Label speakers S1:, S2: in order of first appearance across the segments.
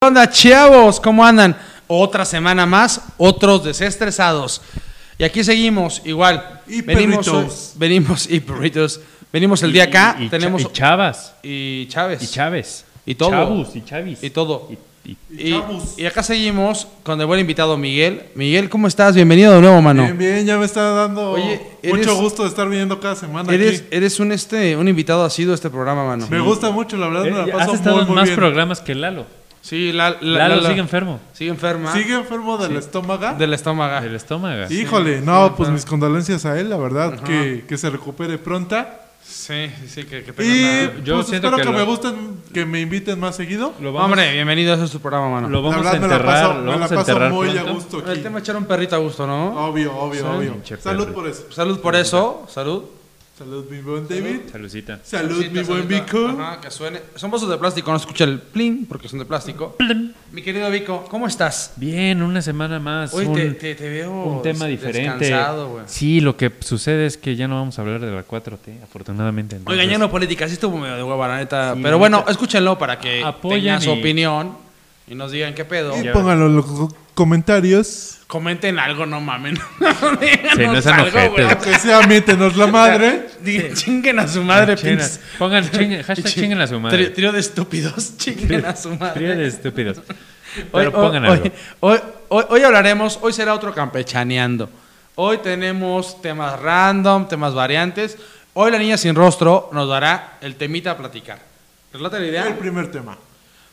S1: ¿Qué onda, chavos? ¿Cómo andan? Otra semana más, otros desestresados. Y aquí seguimos, igual.
S2: Y
S1: venimos,
S2: perritos.
S1: venimos y perritos. Venimos el
S3: Y-
S1: día acá,
S3: y- y cha-
S1: tenemos
S3: y Chavas.
S1: y Chávez
S3: Y Chávez.
S1: Y todo.
S3: Chavus y Chavis.
S1: Y todo.
S3: Y- y-
S1: Y,
S2: Chavos.
S1: y acá seguimos con el buen invitado Miguel. Miguel, ¿cómo estás? Bienvenido de nuevo, mano.
S2: Bien, bien, ya me está dando
S1: Oye, eres-
S2: mucho gusto de estar viniendo cada semana
S1: Eres,
S2: aquí.
S1: eres un este un invitado asiduo a este programa, mano.
S2: Me gusta mucho, la verdad,
S3: Eh,
S2: me la
S3: has
S2: paso
S3: estado
S2: muy,
S3: en
S2: muy
S3: más
S2: bien.
S3: programas que Lalo.
S1: Sí, la, la-
S3: Lalo
S1: la- la-
S3: sigue enfermo
S1: sigue enferma.
S2: ¿Sigue enfermo del estómago?
S1: del estómago.
S3: del estómago.
S2: Híjole, no, pues mis condolencias a él, la verdad, que, que se recupere pronta.
S1: Sí, sí, que, que tenga
S2: Y
S1: una-
S3: yo
S2: pues,
S3: siento
S2: espero que,
S3: que lo-
S2: me gusten, que me inviten más seguido.
S3: Lo vamos,
S1: Hombre, bienvenido a su programa, mano.
S3: lo
S2: La
S3: vamos a
S2: verdad me la
S3: enterrar.
S2: paso,
S3: lo
S2: me la
S3: vamos a
S2: paso
S3: enterrar
S2: muy a
S3: pronto.
S2: gusto aquí.
S1: El tema es echar un perrito a gusto, ¿no?
S2: Obvio, obvio,
S3: pinche
S2: obvio. Salud
S3: perro.
S2: por eso.
S1: Salud por eso, salud.
S2: Salud, mi buen David.
S3: Saludcita.
S2: Salud,
S1: Saludita,
S2: mi buen
S1: saludita.
S2: Vico.
S1: Ajá, que suene. Son vasos de plástico, no escucha el pling porque son de plástico. Mi querido Vico, ¿cómo estás?
S3: Bien, una semana más.
S1: Hoy
S3: un,
S1: te, te- te veo
S3: un tema
S1: des-
S3: diferente.
S1: descansado, güey.
S3: sí, lo que sucede es que ya no vamos a hablar de la 4T, afortunadamente.
S1: Oigan, ya
S3: entonces-
S1: no política, sí estuvo medio de hueva, la neta.
S3: Sí,
S1: pero
S3: la
S1: bueno,
S3: neta.
S1: escúchenlo para que
S3: Apoyen
S1: tengan su
S3: y-
S1: opinión y nos digan qué pedo.
S2: Y pónganlo en los co- comentarios.
S1: Comenten algo, no mamen.
S3: Sí, no
S1: Díganos
S3: sean
S1: algo, güey.
S3: ojetes.
S2: Que sea, miéntenos la madre.
S1: Digan, Chinguen a su madre,
S3: Chinguen-
S1: pinches.
S3: Pongan chingue- hashtag
S1: Chi-
S3: chinguen a su madre.
S1: Trío, trío de estúpidos, chinguen a su madre.
S3: Trío de estúpidos.
S1: Hoy,
S3: Pero pongan
S1: hoy-
S3: algo.
S1: hoy- hoy- hoy hablaremos, hoy será otro campechaneando. Hoy tenemos temas random, temas variantes. Hoy la niña sin rostro nos dará el temita a platicar. ¿Relata la idea?
S2: El primer tema.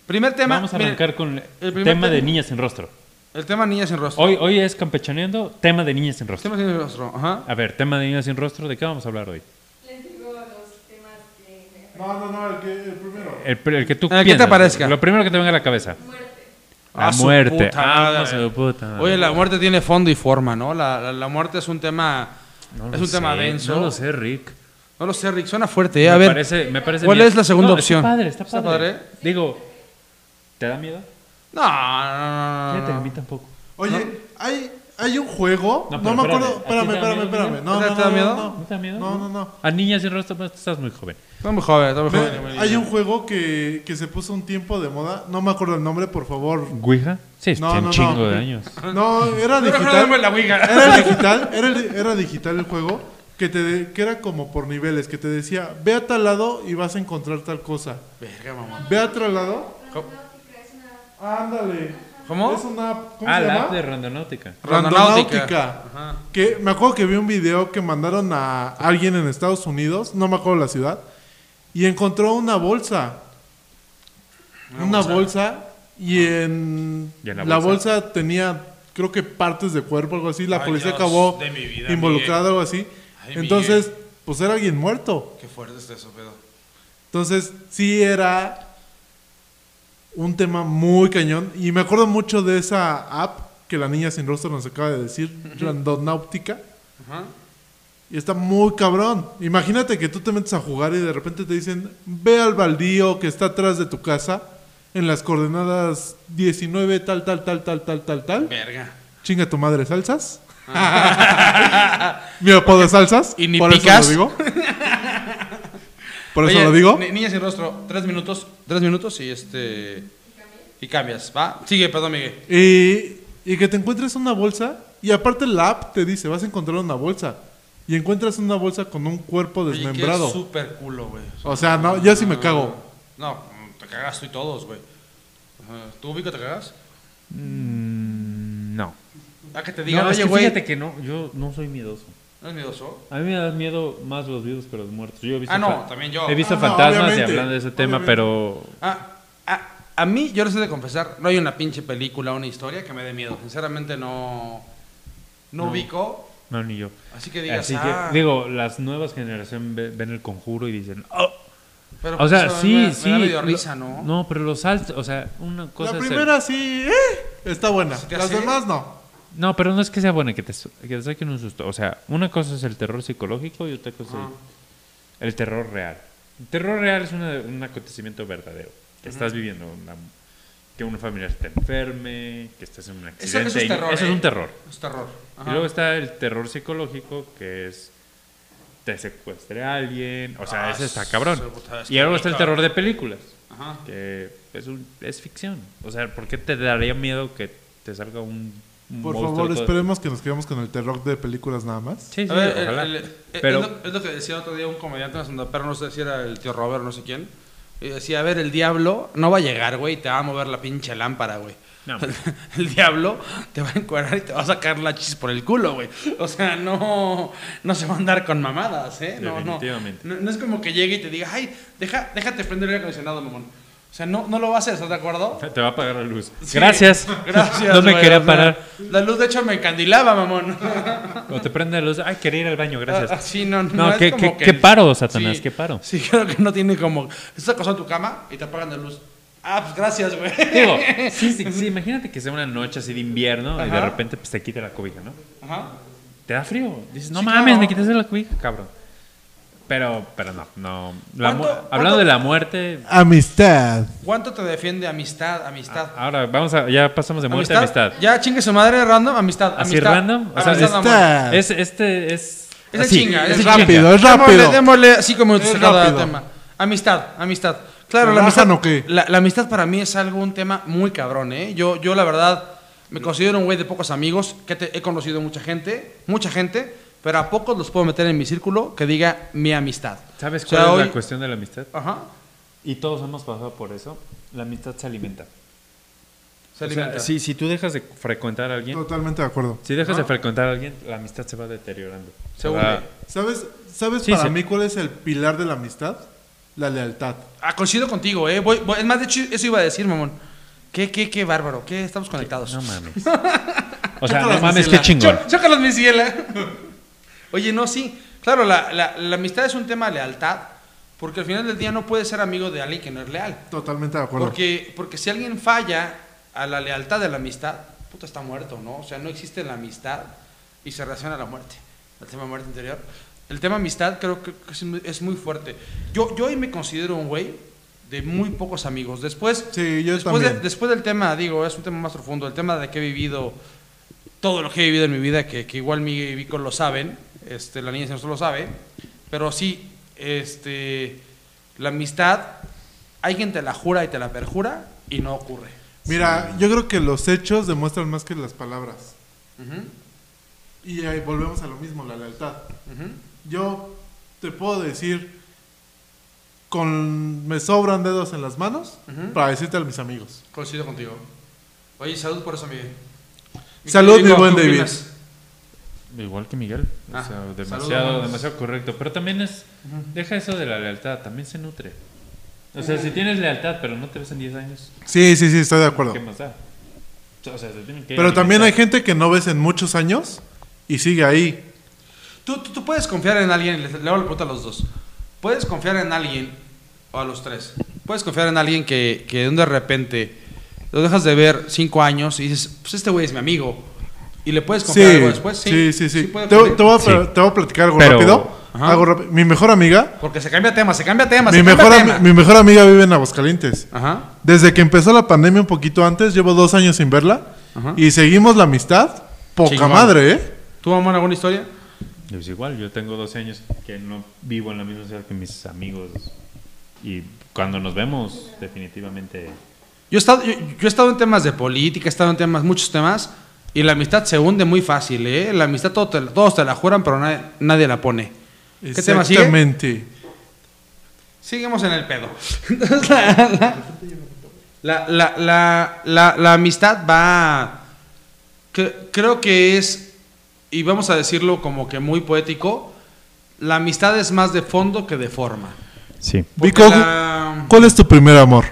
S1: Primer tema.
S3: Vamos a
S1: miren,
S3: arrancar con el
S1: primer
S3: tema,
S1: tema-
S3: de niñas sin rostro.
S1: El tema niña sin rostro.
S3: Hoy, hoy es campechaneando, tema de niñas sin rostro.
S1: Tema sin rostro, ajá.
S3: A ver, tema de niñas sin rostro, ¿de qué vamos a hablar hoy?
S4: Les digo los temas que me
S2: No, no, no, el, que, el primero.
S3: El, pr- el que tú
S1: Ah, El que te
S3: piensas,
S1: aparezca.
S3: Lo primero que te venga a la cabeza. La
S1: A su
S3: muerte.
S1: puta
S3: Ah,
S1: madre.
S3: su puta madre.
S1: Oye, la muerte tiene fondo y forma, ¿no? La, la- la muerte es un tema.
S3: No
S1: es
S3: lo
S1: un tema
S3: sé,
S1: denso.
S3: No lo sé, Rick.
S1: No lo sé, Rick. Suena fuerte, ¿eh? A
S3: me
S1: ver.
S3: parece, me parece
S1: ¿cuál
S3: bien.
S1: es la segunda opción?
S3: Está padre, está
S1: ¿Está
S3: padre.
S1: padre?
S3: Digo, ¿te da miedo?
S1: No, no, no, no,
S3: Fíjate,
S1: Ah, no.
S3: a mí tampoco.
S2: Oye, hay, hay un juego.
S3: No,
S2: No,
S3: pero
S2: me acuerdo.
S3: espérame,
S2: Espérame,
S3: ¿a ti te da
S2: espérame,
S3: miedo,
S2: espérame.
S1: ¿Te
S2: No, no,
S1: da-
S2: no,
S1: te da miedo?
S3: ¿No te da miedo?
S2: No, no, no.
S3: A niñas sin rostro, pues, estás muy joven.
S1: Está muy joven, está muy
S2: Me-
S1: joven. está muy
S2: hay
S1: niño.
S2: un juego que, que se puso un tiempo de moda. No me acuerdo el nombre, por favor.
S3: ¿Ouija? Sí,
S2: No,
S3: tiene
S2: no,
S3: un chingo
S2: no.
S3: de años.
S2: No,
S1: No, no, no,
S2: era
S1: no,
S2: digital.
S1: la Ouija.
S2: Era digital, era, era digital el juego. Que, te de- que era como por niveles, que te decía, ve a tal lado y vas a encontrar tal cosa.
S1: Verga, mamón.
S2: Ve a otro lado.
S1: ¿Cómo?
S2: Ándale.
S1: ¿Cómo?
S2: Es una app, ¿cómo
S3: Ah,
S2: se
S3: la
S2: llama?
S3: app de Randonáutica.
S1: Randonáutica.
S2: Randonáutica.
S1: Ajá.
S2: Que me acuerdo que vi un video que mandaron a alguien en Estados Unidos, no me acuerdo la ciudad, y encontró una bolsa. Una, bolsa. y en,
S3: ¿Y en la
S2: la,
S3: bolsa?
S2: bolsa? tenía creo que partes de cuerpo algo así, la
S1: Ay,
S2: policía
S1: Dios
S2: acabó
S1: de mi vida,
S2: involucrada algo así.
S1: Ay,
S2: Entonces, pues era alguien muerto.
S1: Qué fuerte está eso, pedo.
S2: Entonces, sí era un tema muy cañón. Y me acuerdo mucho de esa app que la niña sin rostro nos acaba de decir, Randonáutica.
S1: Ajá.
S2: Y está muy cabrón. Imagínate que tú te metes a jugar y de repente te dicen, ve al baldío que está atrás de tu casa, en las coordenadas 19, tal, tal, tal, tal, tal, tal, tal.
S1: Verga.
S2: Chinga tu madre, ¿salsas? Mi apodo es Salsas.
S1: ¿Y ni
S2: por
S1: picas?
S2: eso lo digo. por eso
S1: Oye,
S2: lo digo.
S1: ni- Niña sin rostro, tres minutos, tres minutos y este. Y cambias, ¿va? Sigue, perdón, Miguel.
S2: Y, y que te encuentres una bolsa. Y aparte la app te dice, vas a encontrar una bolsa. Y encuentras una bolsa con un cuerpo
S1: Oye, qué
S2: desmembrado.
S1: súper culo, güey. Ah,
S2: o sea, no, yo sí me cago.
S1: No, te cagas tú y todos, güey. Ajá. ¿Tú, Vico, te cagas?
S3: Mm, no.
S1: Ah, que te digan,
S3: no, es
S1: oye,
S3: que
S1: güey.
S3: fíjate que no, yo no soy miedoso.
S1: ¿No es miedoso?
S3: A mí me dan miedo más los vivos que los muertos. Yo he visto
S1: Ah, no,
S3: fa-
S1: también yo.
S3: He visto
S2: Ah, no,
S3: fantasmas y
S2: obviamente,
S3: hablando de ese tema,
S2: obviamente.
S3: pero
S1: Ah, a, a mí, yo les he de confesar, no hay una pinche película, una historia que me dé miedo. Sinceramente, no. No,
S3: No.
S1: ubico.
S3: no, ni yo.
S1: Así que digas,
S3: Así que,
S1: ah,
S3: digo, las nuevas generaciones ve- ven el conjuro y dicen, "Oh".
S1: pero
S3: o sea,
S1: pues,
S3: sí,
S1: me- me,
S3: sí.
S1: da medio
S3: lo-
S1: risa, ¿no?
S3: No, pero los altos, o sea, una cosa
S2: La
S3: es el-
S2: primera sí, eh, está buena.
S1: ¿Se te
S2: Las
S1: hace?
S2: demás no.
S3: No, pero no es que sea buena que te, su- que te
S1: Ah.
S3: saquen un susto. O sea, una cosa es el terror psicológico y otra cosa es el terror real. Terror real es una- un acontecimiento verdadero. Que estás viviendo una- que un familiar te enferme, que estás en un
S1: Eso,
S3: accidente.
S1: eso es
S3: y-
S1: terror.
S3: eso es
S1: ¿eh?
S3: un terror.
S1: Es terror. Ajá.
S3: Y luego está el terror psicológico, que es te secuestre a alguien. O sea,
S1: Ah,
S3: ese está
S1: se-
S3: cabrón.
S1: puta, es
S3: y luego está el
S1: cabrón.
S3: terror de películas,
S1: Ajá.
S3: que es, un- es ficción. O sea, ¿por qué te daría miedo que te salga un, un
S2: Por
S3: monstruo
S2: favor,
S3: todo-
S2: esperemos que nos quedemos con el terror de películas nada más.
S3: Sí, sí,
S1: A ver, el-
S3: ojalá.
S1: el- el-
S3: Pero
S1: es, lo, es lo que decía otro día un comediante en Santa Perro, no sé si era el tío Robert, no sé quién. Y decía, a ver, el diablo no va a llegar, güey, y te va a mover la pinche lámpara, güey.
S3: No.
S1: El, diablo te va a encuadrar y te va a sacar la chis por el culo, güey. O sea, no, no se va a andar con mamadas, ¿eh? No, no.
S3: Definitivamente.
S1: No, no es como que llegue y te diga, ay, deja, déjate prender el aire acondicionado, mamón. O sea, no, no lo va a hacer, ¿estás de acuerdo?
S3: te va a apagar la luz.
S1: Sí.
S3: Gracias.
S1: Gracias.
S3: No me
S1: güey,
S3: quería
S1: o sea,
S3: parar.
S1: La luz, de hecho, me encandilaba, mamón.
S3: O te prende la luz. Ay, quería ir al baño, gracias.
S1: Ah, ah, sí, no, no.
S3: No,
S1: es
S3: qué-
S1: como que-
S3: qué- qué paro, Satanás,
S1: sí,
S3: qué paro.
S1: Sí, creo que no tiene como. Estás acostado en tu cama y te apagan la luz. Ah, pues gracias, güey.
S3: Digo, sí, sí, sí, imagínate que sea una noche así de invierno y de
S1: Ajá.
S3: repente pues, te quite la cobija, ¿no?
S1: Ajá.
S3: Te da frío. Dices, no
S1: Sí,
S3: mames,
S1: claro.
S3: me quitaste la cobija, cabrón. Pero, pero no, no. La mu-
S1: ¿Cuánto- cuánto-
S3: hablando de la muerte,
S2: Amistad.
S1: ¿Cuánto te defiende amistad? Amistad.
S3: ahora vamos a, ya pasamos Ah, de muerte a amistad.
S1: Ya chingue su madre, random, amistad.
S3: ¿Así
S1: amistad.
S3: random? O sea,
S1: Amistad,
S2: amistad.
S1: amor.
S3: Es, este es...
S1: Esa
S3: así,
S1: chinga,
S3: esa
S1: es
S3: chinga.
S2: rápido, es rápido.
S1: Démosle, démosle así como
S2: Es
S1: se cada
S2: rápido.
S1: tema. Amistad, amistad. Claro,
S2: ¿Se
S1: la amistad,
S2: bajan o qué?
S1: La, la amistad para mí es algo, un tema muy cabrón, ¿eh? Yo, yo la verdad, me considero un güey de pocos amigos, que te- he conocido mucha gente, mucha gente, pero a pocos los puedo meter en mi círculo que diga mi amistad.
S3: ¿Sabes
S1: O
S3: cuál
S1: sea,
S3: es
S1: hoy-
S3: la cuestión de la amistad?
S1: Ajá.
S3: Y todos hemos pasado por eso. La amistad se alimenta.
S1: Se
S3: O sea,
S1: alimenta.
S3: si, si tú dejas de frecuentar a alguien,
S2: Totalmente de acuerdo.
S3: si dejas de frecuentar a alguien, la amistad Ah. se va deteriorando.
S1: Se
S3: va-
S1: hunde.
S2: ¿Sabes, sabes
S3: Sí,
S2: para
S3: sí.
S2: mí cuál es el pilar de la amistad? La lealtad.
S1: Ah, coincido contigo, ¿eh? Voy- voy- es más, de hecho, eso iba a decir, mamón. Qué, qué, qué bárbaro, qué estamos conectados.
S3: No mames. O sea,
S2: Chócalas,
S3: no mames,
S2: Maciela.
S3: qué chingón.
S1: Chó- chócalas, mi ciela. Oye, no, sí. Claro, la, la- la amistad es un tema de lealtad, porque al final del día no puedes ser amigo de alguien que no es leal.
S2: Totalmente de acuerdo.
S1: Porque, porque si alguien falla a la lealtad de la amistad, puta, está muerto, ¿no? O sea, no existe la amistad y se relaciona a la muerte. El tema muerte interior. El tema amistad creo que que es muy- es muy fuerte. Yo, yo hoy me considero un güey de muy pocos amigos. Después,
S2: Sí, yo
S1: después, de-
S2: también.
S1: después del tema, digo, es un tema más profundo, el tema de que he vivido, todo lo que he vivido en mi vida, que, que igual mi Vico lo saben, este, la niña no lo sabe, pero sí, este, la amistad, alguien te la jura y te la perjura y no ocurre.
S2: Mira, yo creo que los hechos demuestran más que las palabras. Y ahí volvemos a lo mismo, la lealtad. Yo te puedo decir, con me sobran dedos en las manos
S1: Ujú.
S2: para decirte a mis amigos.
S1: Coincido contigo. Oye, salud por eso, Miguel.
S2: Salud,
S1: querido
S2: mi buen
S1: ¿qué
S2: David.
S1: opinas?
S3: Igual que Miguel.
S1: Ah,
S3: o sea, demasiado,
S1: saludos.
S3: demasiado correcto. Pero también es. Deja eso de la lealtad, también se nutre. O sea, si tienes lealtad, pero no te ves en 10 años,
S2: Sí, sí, sí, estoy de acuerdo.
S3: ¿qué más da? O sea, se tienen que
S2: Pero también hay
S3: alimentar.
S2: gente que no ves en muchos años y sigue ahí.
S1: Tú, tú, tú puedes confiar en alguien, le, le hago la pregunta a los dos. ¿Puedes confiar en alguien, o a los tres? ¿Puedes confiar en alguien que, que de repente lo dejas de ver cinco años y dices, pues este güey es mi amigo? ¿Y le puedes
S2: Sí,
S1: confiar algo después?
S2: sí, sí, sí.
S1: puede
S2: Te, te
S1: ocurrir.
S2: voy a,
S3: Sí.
S2: te voy a platicar algo
S3: Pero-
S2: rápido.
S1: Ajá.
S2: Algo rápido. Mi mejor amiga,
S1: Porque se cambia tema, se cambia tema,
S2: mi
S1: se
S2: mejor,
S1: cambia
S2: ami-
S1: tema.
S2: mi mejor amiga vive en Aguascalientes.
S1: Ajá,
S2: Desde que empezó la pandemia un poquito antes, llevo dos años sin verla
S1: Ajá.
S2: y seguimos la amistad. Poca
S1: Chingón.
S2: madre, ¿eh?
S1: ¿Tú, mamón, alguna historia?
S3: Pues igual, yo tengo 12 años que no vivo en la misma ciudad que mis amigos. Y cuando nos vemos, definitivamente.
S1: Yo he, estado, yo, yo he estado en temas de política, he estado en temas, muchos temas, y la amistad se hunde muy fácil, ¿eh? La amistad todo te- todos te la juran, pero nadie, nadie la pone. ¿Qué tema sigue?
S2: Exactamente.
S1: Seguimos en el pedo. Entonces, la, la- la- la- la- la amistad va. que- creo que es, y vamos a decirlo como que muy poético, la amistad es más de fondo que de forma.
S3: Sí.
S1: Porque
S2: Vico,
S1: la-
S2: ¿cuál es tu primer amor?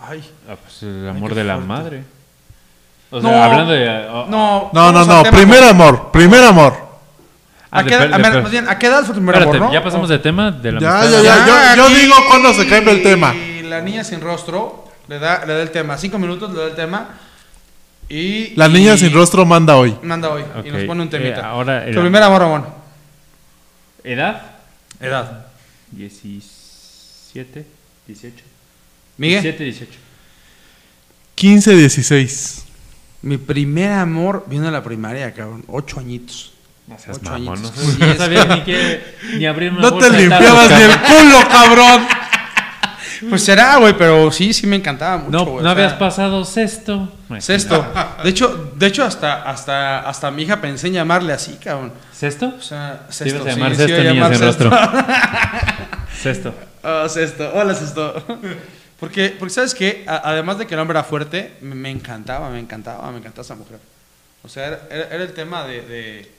S1: Ay.
S3: Ah, pues el amor de la madre. O
S1: No.
S3: sea, hablando de. oh,
S1: No,
S2: No, no,
S1: vamos
S2: no,
S1: al tema.
S2: primer amor, primer amor.
S3: ah,
S1: ¿A
S3: de
S1: qué, edad,
S3: per-
S1: a
S3: de
S1: ver,
S3: per-
S1: más bien, ¿a qué edad fue tu primer
S3: Espérate,
S1: amor, no?
S3: ya pasamos de tema de la
S2: Ya,
S3: amistad.
S2: ya, ya, yo- yo
S1: aquí
S2: digo cuándo se cambia el tema.
S1: La niña sin rostro le da, le da el tema. Cinco minutos le da el tema. Y.
S2: La niña
S1: y-
S2: sin rostro manda hoy.
S1: Manda hoy y nos
S3: Ok,
S1: pone un temita.
S3: eh, ahora el-
S1: tu primer amor, Ramón.
S3: ¿Edad?
S1: Edad.
S3: 17, 18.
S1: Miguel,
S3: 17, 18.
S2: 15, 16.
S1: mi primer amor vino a la primaria, cabrón. Ocho añitos.
S3: No seas
S1: Ocho
S3: mamón, no
S1: añitos.
S3: seas-
S1: Sí,
S3: no
S1: es-
S3: sabías ni, qué- ni abrir una
S2: No
S3: bolsa
S2: te
S3: de tacos,
S2: limpiabas ni
S3: cabrón.
S2: el culo, cabrón.
S1: Pues será, güey, pero sí, sí me encantaba mucho.
S3: No,
S1: güey,
S3: no
S1: o sea,
S3: habías pasado sexto.
S1: Sexto. De hecho, de hecho hasta, hasta, hasta mi hija pensé en llamarle así, cabrón.
S3: ¿Sexto?
S1: O sea,
S3: Te
S1: sexto.
S3: ibas a llamar
S1: sí, sí,
S3: sexto,
S1: iba a
S3: niñas
S1: llamar
S3: en
S1: sexto.
S3: rostro. Sexto.
S1: Oh, Sesto. Hola, Sesto. Porque, porque ¿sabes qué? A- además de que el hombre era fuerte, me, me encantaba, me encantaba, me encantaba esa mujer. O sea, era, era- era el tema de, de-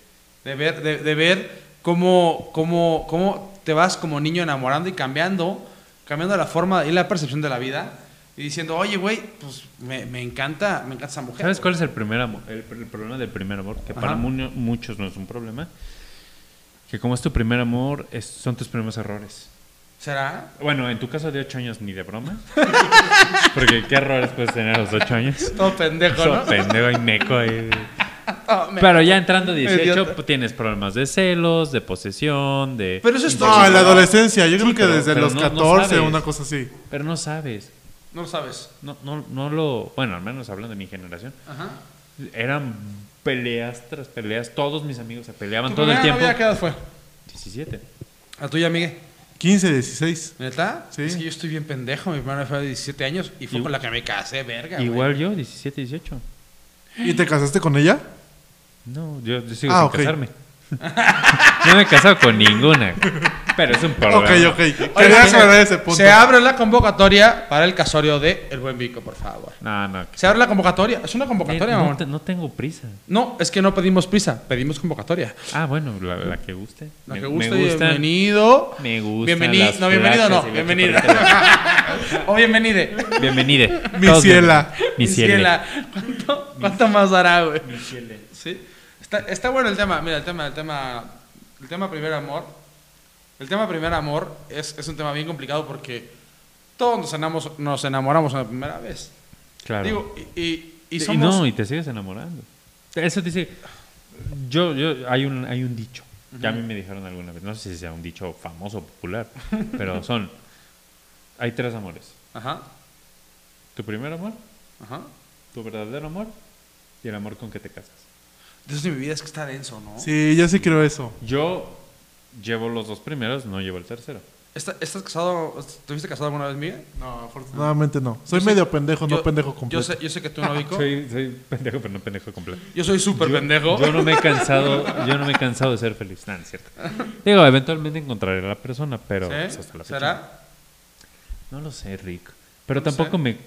S1: de ver, de, de ver cómo, cómo, cómo te vas como niño enamorando y cambiando, cambiando la forma y la percepción de la vida. Y diciendo, oye, güey, pues me, me encanta, me encanta esa mujer.
S3: ¿Sabes
S1: güey".
S3: cuál es el primer amor? El, pr- el problema del primer amor, que para
S1: Ajá.
S3: mu- muchos no es un problema. Que como es tu primer amor, es- son tus primeros errores.
S1: ¿Será?
S3: Bueno, en tu caso de 8 años ni de broma. Porque qué errores puedes tener a los 8 años.
S1: Todo pendejo, ¿no?
S3: Eso, pendejo y meco ahí.
S1: Todo me-
S3: Pero ya entrando 18
S1: Idiota.
S3: pues, tienes problemas de celos, de posesión, de...
S1: Pero eso es todo.
S2: No, en la adolescencia. Yo
S3: Sí,
S2: creo que
S3: pero-
S2: desde
S3: pero
S2: los
S3: no- no
S2: 14,
S3: sabes.
S2: una cosa así.
S3: Pero no sabes.
S1: No lo sabes.
S3: No, no, no lo... Bueno, al menos hablando de mi generación.
S1: Ajá.
S3: Eran peleas tras peleas. Todos mis amigos se peleaban
S1: ¿Tu
S3: todo el
S1: primera
S3: tiempo.
S1: novia qué edad fue?
S3: 17.
S1: ¿A tuya, Miguel?
S2: 15, 16.
S1: ¿Neta?
S2: Sí.
S1: Es que yo estoy bien pendejo. Mi hermana fue de 17 años y fue
S3: Igu-
S1: con la que me casé, verga. güey.
S3: Igual yo, 17, 18.
S2: ¿Y te casaste con ella?
S3: No, yo, yo sigo
S2: Ah,
S3: sin
S2: ok.
S3: casarme. no me he casado con ninguna. Pero es un problema.
S2: Ok, ok.
S1: Oye,
S2: Quería
S1: se-
S2: aclarar ese punto.
S1: Se abre la convocatoria para el casorio de El Buen Vico, por favor.
S3: No, no.
S1: Se abre la convocatoria. Es una
S3: Mira,
S1: convocatoria,
S3: no,
S1: mamón.
S3: te- no tengo prisa.
S1: No, es que no pedimos prisa, pedimos convocatoria.
S3: Ah, bueno, la, la que guste.
S1: La
S3: Me-
S1: que
S3: me
S1: guste,
S3: gustan-
S1: bienvenido.
S3: Me gusta.
S1: Bienvenido, no, bienvenido, no, bienvenido. o bienvenide.
S3: bienvenida.
S2: Mi ciela.
S3: Mi ciela.
S1: ¿Cuánto, cuánto más dará, güey? Sí. Está, está bueno el tema. Mira, el tema, el tema, el tema primer amor. El tema primer amor es, es un tema bien complicado porque todos nos enamoramos, nos enamoramos la primera vez.
S3: Claro.
S1: Digo, y, y, y
S3: Y
S1: somos...
S3: no, y te sigues enamorando. Eso te dice. Yo, yo, hay un, hay un dicho que a mí me dijeron alguna vez. No sé si sea un dicho famoso, popular, pero son. Hay tres amores:
S1: Ajá,
S3: tu primer amor,
S1: ajá.
S3: tu verdadero amor y el amor con que te casas.
S1: Entonces mi vida es que está denso, ¿no?
S2: Sí, yo sí creo eso.
S3: Yo llevo los dos primeros, no llevo el tercero.
S1: ¿Está- ¿Estás casado? ¿Estuviste casado alguna vez, Miguel?
S2: No, afortunadamente no. Soy
S1: Yo sé-
S2: medio pendejo, no
S1: Yo-
S2: pendejo
S1: Yo
S2: completo.
S1: sé, yo sé que tú no, Vico.
S3: Soy, soy pendejo, pero no pendejo completo.
S1: Yo soy súper
S3: Yo-
S1: pendejo.
S3: Yo no me he cansado, yo no me he cansado de ser feliz. Nada, es cierto. Digo, eventualmente encontraré a la persona, pero
S1: ¿Sí?
S3: pues, hasta la fecha.
S1: ¿Será?
S3: No lo sé, Rick. Pero
S1: No lo sé.
S3: tampoco me,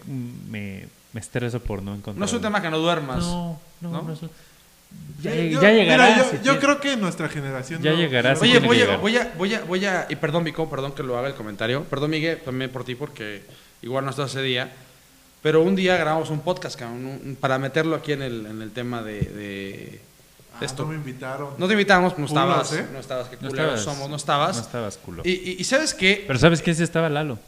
S3: me, me estreso por no encontrar.
S1: No es un tema que no duermas.
S3: No, no,
S1: ¿no?
S3: no es un- Ya,
S2: Sí, yo-
S3: Eh, ya llegará.
S2: mira, yo,
S3: si
S2: yo
S3: tiene-
S2: creo que nuestra generación.
S3: Ya
S2: no-
S3: llegará, sí.
S1: Oye,
S3: tiene que
S1: voy a,
S3: llegar.
S1: voy a, voy a, voy a- y perdón, Vico, perdón que lo haga el comentario. Perdón, Miguel, también por ti, porque igual no estás ese día. Pero un día grabamos un podcast, cabrón, un- para meterlo aquí en el, en el tema de, de
S2: Ah,
S1: esto.
S2: no me
S1: No,
S2: invitaron.
S1: te invitamos, no
S2: Culos,
S1: estabas,
S2: ¿eh?
S1: no estabas, qué
S3: No
S1: culeros
S3: estabas.
S1: somos, no estabas.
S3: No estabas, culo.
S1: Y, y- y ¿sabes qué?
S3: Pero ¿sabes qué? Sí estaba Lalo.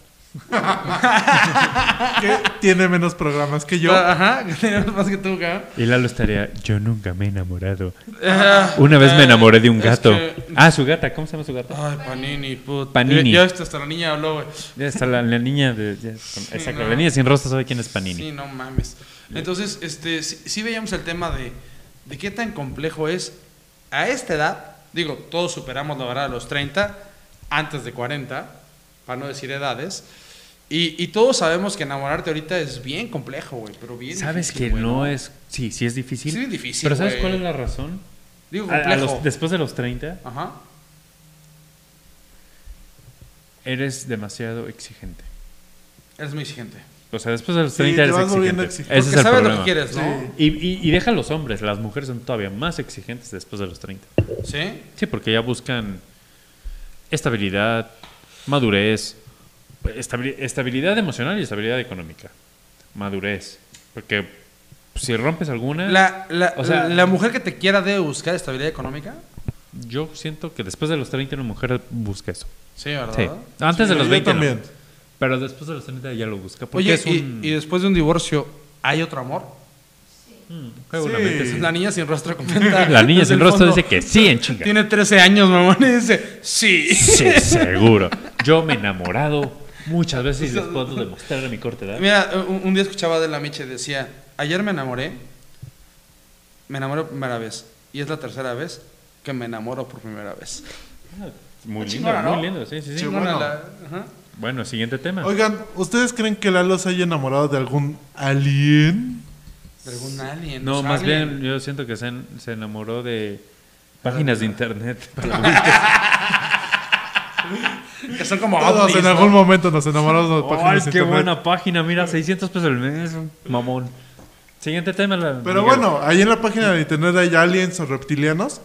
S2: Que tiene menos programas que yo.
S3: Ah,
S1: Ajá, que teníamos más que tú, cabrón.
S3: Y Lalo estaría, yo nunca me he enamorado.
S1: Ah,
S3: Una vez me
S1: eh,
S3: enamoré de un
S1: es
S3: gato.
S1: que- Ah.
S3: Ah, su gata. ¿Cómo se llama su gata?
S1: Ay, Panini, puta.
S3: Panini.
S1: Ya, hasta, hasta la niña habló, güey.
S3: Ya está la, la niña de... ya, con- exacto,
S1: no.
S3: la niña sin rostro sabe quién es Panini.
S1: Sí, no mames. Entonces, este, sí, sí veíamos el tema de, de qué tan complejo es a esta edad. Digo, todos superamos la verdad a los 30, antes de 40, para no decir edades. Y, y todos sabemos que enamorarte ahorita es bien complejo, güey, pero bien
S3: Sabes
S1: difícil,
S3: que
S1: güey,
S3: no es... Sí, sí es difícil.
S1: Sí es difícil,
S3: Pero ¿sabes
S1: güey.
S3: cuál es la razón?
S1: Digo,
S3: A- a
S1: complejo.
S3: los- después de los 30,
S1: Ajá.
S3: eres demasiado exigente.
S1: Eres muy exigente.
S3: O sea, después de los
S2: Sí,
S3: 30
S2: te
S3: eres
S2: vas volviendo
S3: exigente.
S2: exigente.
S3: Ese
S1: Porque
S3: es el
S1: sabes
S3: problema.
S1: lo que quieres, ¿no?
S2: Sí.
S3: Y, y- y deja a los hombres, las mujeres son todavía más exigentes después de los 30.
S1: Sí.
S3: Sí, porque ya buscan estabilidad, madurez, estabili- estabilidad emocional y estabilidad económica. Madurez. Porque si rompes alguna,
S1: La, la-
S3: O sea-
S1: la mujer que te quiera debe buscar estabilidad económica.
S3: yo siento que después de los 30 una mujer busca eso.
S1: Sí, ¿verdad?
S3: Sí. Antes
S2: Ah, Sí,
S3: de los
S2: yo
S3: 20 no.
S2: también.
S3: Pero después de los 30 ya lo busca. Porque
S1: Oye,
S3: es
S1: y-
S3: un,
S1: y después de un divorcio, ¿hay otro amor?
S3: un juego
S2: Sí.
S3: en la mente.
S1: La niña sin rostro comenta.
S3: La niña
S1: desde el
S3: sin rostro
S1: fondo,
S3: dice que sí, en chinga.
S1: Tiene 13 años, mamón, y dice, sí.
S3: Sí, seguro. Yo me he enamorado muchas veces y les puedo demostrar a mi corta edad.
S1: Mira, un, un día escuchaba de la Miche decía, ayer me enamoré, me enamoré por primera vez, y es la tercera vez que me enamoro por primera vez.
S3: Muy lindo,
S1: Chingona, ¿no?
S3: muy lindo. Sí, sí, sí.
S1: Chingona
S2: bueno.
S1: la- ajá.
S3: Bueno, siguiente tema.
S2: Oigan, ¿ustedes creen que Lalo se haya enamorado de algún alien?
S1: De algún alien.
S3: No,
S1: pues,
S3: más
S1: alien.
S3: bien yo siento que se, en- se enamoró de páginas de internet.
S1: Que son como
S2: Todos
S1: ovnis,
S2: en
S1: ¿no?
S2: algún momento nos enamoramos de las
S3: ¡Ay,
S2: páginas de
S3: qué
S2: internet.
S3: buena página! Mira, 600 pesos al mes, mamón. Siguiente tema. la-
S2: Pero
S3: Miguel.
S2: bueno, ahí en la página de internet hay aliens o reptilianos.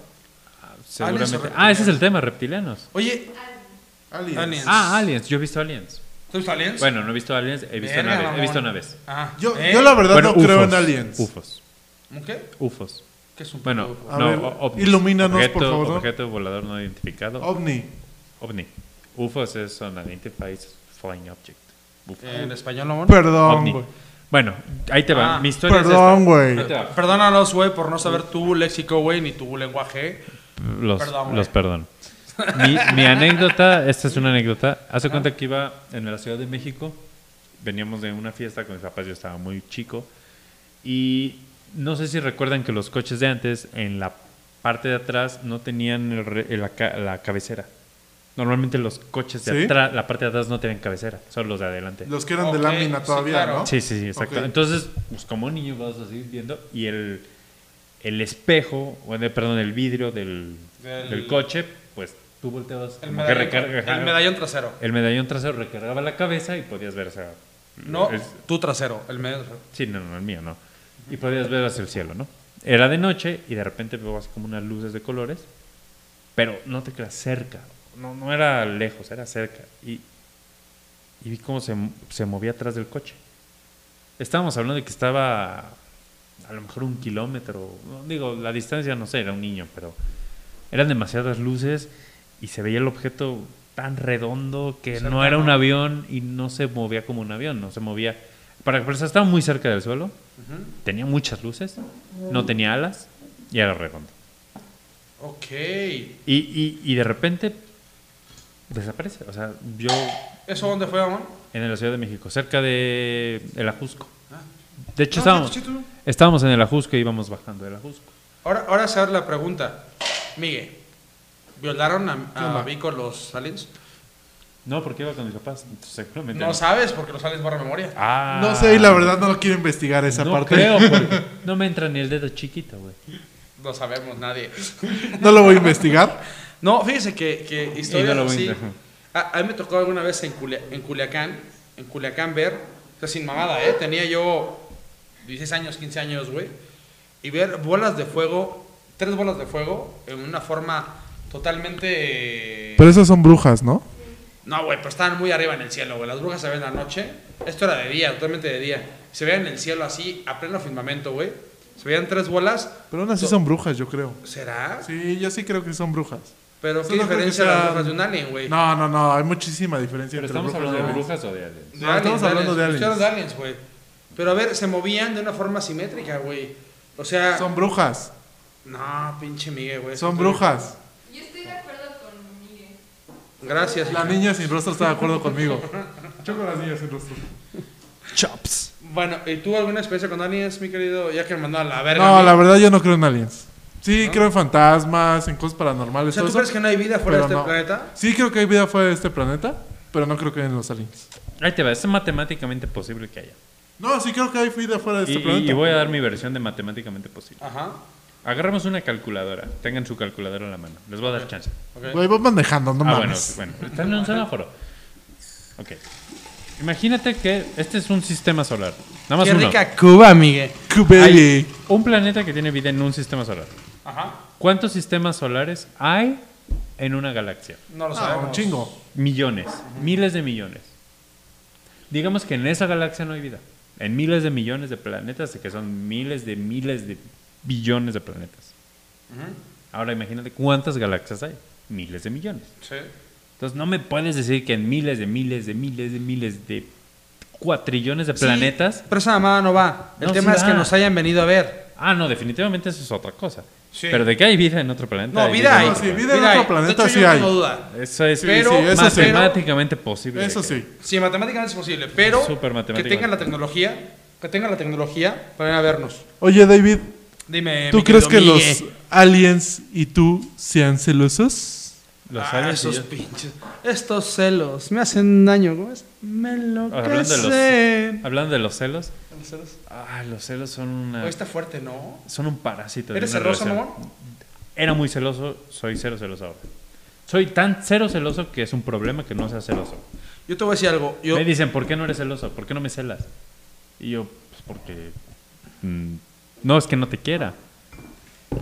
S1: Aliens o
S3: Seguramente. Ah,
S1: reptilianos.
S3: ese es el tema, reptilianos.
S1: Oye,
S2: Aliens.
S1: aliens.
S3: Ah, aliens. Yo he visto aliens.
S1: ¿Tú viste aliens?
S3: Bueno, no he visto aliens, he visto
S1: Verga,
S3: naves. He
S1: mamón.
S3: visto naves.
S1: Ah,
S2: Yo,
S1: ¿eh?
S2: yo la verdad
S3: Bueno,
S2: no creo en
S3: UFOs,
S2: aliens.
S3: UFOs.
S1: ¿Un ¿Qué?
S3: UFOs.
S1: ¿Qué es un
S3: Bueno,
S1: puto?
S2: A
S3: no,
S2: ver,
S3: o- ovnis.
S2: ilumínanos, por
S3: objeto,
S2: favor, ¿no?
S3: Objeto volador no identificado.
S2: Ovni.
S3: OVNI. UFOs es un Unidentified Flying Object. UFO.
S2: Eh,
S1: ¿En español, amor?
S2: Perdón,
S3: OVNI.
S2: güey.
S3: Bueno, ahí te va.
S1: Ah,
S3: Mi historia es
S2: perdón,
S3: esta.
S2: güey.
S3: Ahí te va.
S1: Perdónanos, güey, por no saber tu léxico, güey, ni tu lenguaje.
S3: Los,
S1: Perdón, güey.
S3: los perdono. Mi, mi anécdota, esta es una anécdota. Hace cuenta que iba en la Ciudad de México. Veníamos de una fiesta con mis papás, yo estaba muy chico. Y no sé si recuerdan que los coches de antes, en la parte de atrás, no tenían el re- el- la, ca- la cabecera. Normalmente los coches de
S2: ¿Sí?
S3: atrás, la parte de atrás no tenían cabecera, solo los de adelante.
S2: Los que eran de
S1: Ok,
S2: lámina
S1: sí,
S2: todavía,
S1: claro.
S2: ¿no?
S3: Sí, sí, sí, exacto.
S2: Ok.
S3: Entonces, pues como niño vas así viendo y el, el espejo, o el- perdón, el vidrio del,
S1: Del-
S3: del coche, pues tú volteabas
S1: El
S3: como que
S1: medallón,
S3: recarga-
S1: el medallón trasero.
S3: el medallón trasero recargaba la cabeza y podías ver, o sea,
S1: No,
S3: es-
S1: tu trasero, el medallón trasero.
S3: sí, no, no, el mío no. Y podías ver hacia el cielo, ¿no? Era de noche y de repente veo así como unas luces de colores, pero no te creas, cerca. No, no era lejos, era cerca. Y, y vi cómo se, m- se movía atrás del coche. Estábamos hablando de que estaba a lo mejor un kilómetro, no, digo, la distancia no sé, era un niño, pero eran demasiadas luces y se veía el objeto tan redondo que no
S1: Cercano.
S3: era un avión y no se movía como un avión, no se movía. Para que estaba muy cerca del suelo, tenía muchas luces, no tenía alas y era redondo.
S1: Ok.
S3: Y, y- y de repente desaparece. O sea, yo
S1: ¿Eso dónde fue, amor?
S3: en la Ciudad de México, cerca de el Ajusco.
S1: Ah.
S3: De hecho,
S1: No,
S3: estábamos,
S1: sí, sí, tú.
S3: estábamos en el Ajusco y íbamos bajando del Ajusco.
S1: Ahora, ahora se abre la pregunta. Miguel, ¿violaron a, a
S2: onda?
S1: Vico los aliens?
S3: No, porque iba con mis papás, entonces seguramente.
S1: No sabes porque los aliens borran memoria.
S3: Ah.
S2: No sé, y la verdad no lo quiero investigar esa
S3: no
S2: parte.
S3: creo, pues. porque no me entra ni el dedo chiquito, güey.
S1: No sabemos nadie.
S2: no lo voy a investigar.
S1: No, fíjese que, que
S3: Y no
S1: historias
S3: lo
S1: así.
S3: vende, ajá.
S1: A, a mí me tocó alguna vez en, Culia- en Culiacán, en Culiacán ver, o sea, sin mamada, ¿eh? Tenía yo 16 años, 15 años, güey, y ver bolas de fuego, tres bolas de fuego, en una forma totalmente...
S2: Pero esas son brujas, ¿no?
S1: No, güey, pero estaban muy arriba en el cielo, güey. Las brujas se ven en la noche. Esto era de día, totalmente de día. Se veían en el cielo así, a pleno firmamento, güey. Se veían tres bolas.
S2: Pero aún así son brujas, yo creo.
S1: ¿Será?
S2: Sí, yo sí creo que son brujas.
S1: Pero
S2: Eso
S1: qué
S2: no creo
S1: diferencia
S2: que
S1: las
S2: sea-
S1: brujas de un alien, güey.
S2: No, no, no, hay muchísima diferencia
S3: Pero
S2: entre
S3: estamos
S2: brujas
S3: hablando
S2: y
S3: de
S2: aliens.
S3: brujas o de aliens.
S1: De
S2: No, estamos hablando de aliens.
S1: Estoy hablando de aliens, güey. Pero a ver, se movían de una forma simétrica, güey. O sea.
S2: Son brujas,
S1: No, pinche Miguel, güey.
S2: son
S1: Estoy-
S2: brujas.
S4: Yo estoy de acuerdo con Miguel.
S1: Gracias.
S2: La
S1: hija.
S2: niña sin rostro está de acuerdo conmigo. Yo con las niñas sin rostro.
S3: Chops.
S1: Bueno, ¿y tú alguna experiencia con aliens, mi querido? Ya que me mandó a la verga.
S2: No,
S1: a mí.
S2: la verdad yo no creo en aliens. Sí, creo en fantasmas, en cosas paranormales.
S1: O sea,
S2: todo
S1: ¿tú
S2: eso,
S1: crees que no hay vida fuera de este
S2: pero no.
S1: planeta?
S2: Sí, creo que hay vida fuera de este planeta, pero no creo que en los aliens.
S3: Ahí te va, es matemáticamente posible que haya.
S2: No, sí creo que hay vida fuera de
S3: Y,
S2: este
S3: y-
S2: planeta.
S3: y voy a dar mi versión de matemáticamente posible.
S1: Ajá.
S3: Agarramos una calculadora. Tengan su calculadora en la mano. Les voy a dar chance.
S1: Ok.
S2: Güey, vas manejando, no
S3: ah, bueno,
S2: mames.
S3: bueno. Está en un semáforo. Ok. Imagínate que este es un sistema solar. Nada más
S1: Qué
S3: uno.
S1: rica Cuba, Miguel.
S2: Cubeli.
S3: Un planeta que tiene vida en un sistema solar.
S1: Ajá.
S3: ¿Cuántos sistemas solares hay en una galaxia?
S1: No lo
S2: Ah,
S1: sabemos.
S2: un chingo.
S3: Millones, miles de millones. Digamos que en esa galaxia no hay vida. En miles de millones de planetas, que son miles de miles de billones de planetas. Ahora imagínate cuántas galaxias hay. Miles de millones.
S1: Sí.
S3: Entonces no me puedes decir que en miles de miles de miles de miles de cuatrillones de
S1: Sí,
S3: planetas.
S1: pero esa mamada no va. El
S3: No,
S1: tema
S3: sí
S1: es que
S3: va.
S1: nos hayan venido a ver.
S3: Ah, no, definitivamente eso es otra cosa.
S5: Sí.
S3: Pero de que hay vida en otro planeta.
S1: No,
S3: hay
S1: vida hay.
S2: No, sí, vida en otro
S1: hay.
S2: planeta
S1: De hecho, yo
S2: sí
S1: no
S2: hay.
S1: tengo duda.
S3: Eso es
S1: Pero-
S2: sí, eso sí.
S3: matemáticamente posible.
S2: Eso
S3: de
S2: sí.
S3: que-
S1: Sí, matemáticamente es posible, pero
S3: Súper
S1: que
S3: matemáticamente.
S1: tengan la tecnología, que tengan la tecnología para ir a vernos.
S2: Oye, David,
S1: Dime.
S2: ¿tú
S1: mi
S2: crees
S1: querido
S2: que los
S1: Migue.
S2: aliens y tú sean celosos?
S3: Los
S1: Ah,
S3: aliens y
S1: esos
S3: yo-
S1: pinches. Estos celos me hacen daño, ¿cómo es? Me
S3: Hablando de
S1: enloquecen.
S3: los, hablando de los celos.
S1: ¿Los celos?
S3: Ah, los celos son una.
S1: Hoy está fuerte, ¿no?
S3: Son un parásito. de
S1: ¿Eres
S3: una
S1: celoso,
S3: relación.
S1: amor?
S3: Era muy celoso, soy cero celoso ahora. Soy tan cero celoso que es un problema que no sea celoso.
S1: Yo te voy a decir algo. Yo,
S3: Me dicen, ¿por qué no eres celoso? ¿Por qué no me celas? Y yo, pues porque. mm, no es que no te quiera.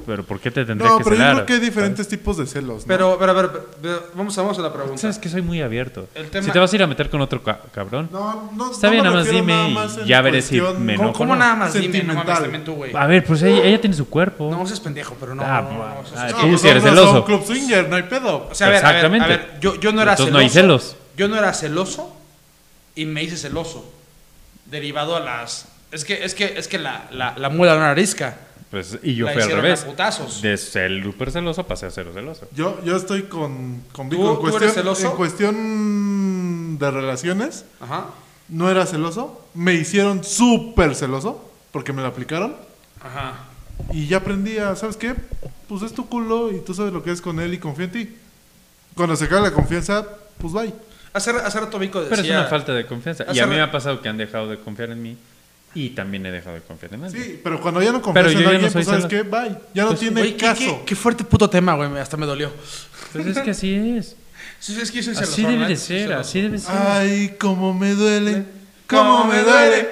S3: Pero ¿por qué te tendría
S2: No,
S3: que
S2: pero yo
S3: celar?
S2: creo que hay diferentes tipos de celos. ¿no?
S1: pero, pero, a ver, pero- vamos, vamos a la
S3: ¿Sabes?
S1: pregunta.
S3: Sabes que soy muy abierto.
S1: El tema-
S3: Si te vas a ir a meter con otro ca- cabrón.
S2: No, no,
S3: Está
S2: no me
S3: bien, nada más
S2: refiero
S3: dime y
S2: más en
S3: ya veré si
S2: cuestión-
S3: me
S1: ¿Cómo,
S3: enojo.
S1: cómo
S3: no?
S1: nada más? Dime, no mames,
S2: Sentimental.
S1: también tú, güey.
S3: A ver, pues ella, ella tiene su cuerpo.
S1: No, seas pendejo, pero no.
S3: Ah,
S1: no, no, no, eso
S3: ah,
S1: es-
S3: tú
S2: pues
S3: sí eres
S2: vámonos a un
S3: celoso.
S2: Club swinger, no hay pedo.
S1: O sea, a ver, a ver,
S3: Exactamente.
S1: a ver, yo, yo no era
S3: Entonces
S1: celoso.
S3: no hay celos.
S1: Yo no era celoso y me hice celoso. Derivado a las. Es que, es que, es que la, la, la muela no era arisca.
S3: Pues, y yo
S1: La
S3: fui al
S1: hicieron a
S3: revés.
S1: putazos.
S3: De ser súper celoso pasé a cero celoso.
S2: Yo, yo estoy con, con
S1: ¿Tú-
S2: Vico. en,
S1: tú eres
S2: cuestión,
S1: celoso?
S2: en cuestión de relaciones,
S1: Ajá.
S2: no era celoso. Me hicieron súper celoso porque me lo aplicaron.
S1: Ajá.
S2: Y ya aprendí a, ¿sabes qué? Pues es tu culo y tú sabes lo que es con él y confía en ti. Cuando se cae la confianza, pues bye.
S1: Hace, hace rato Vico decía.
S3: Pero es una falta de confianza. Y
S1: Hace
S3: a mí me
S1: ra-
S3: ha pasado que han dejado de confiar en mí y también he dejado de confiar en alguien.
S2: Sí, pero cuando ya no confías
S3: Pero yo
S2: en
S3: ya no
S2: alguien,
S3: soy
S2: pues sabes qué,
S3: celoso.
S2: bye. Ya no
S3: Pues sí,
S2: tiene
S1: Güey, qué,
S2: caso.
S1: qué- qué fuerte puto tema, güey. me- Hasta me dolió.
S3: Entonces es que así es.
S1: Sí, sí, es que yo soy celoso.
S3: Así debe
S1: ¿verdad?
S3: de
S1: Soy
S3: ser,
S1: celoso.
S3: así debe ser.
S2: Ay, cómo me
S1: ¿Eh?
S2: duele. Cómo me duele.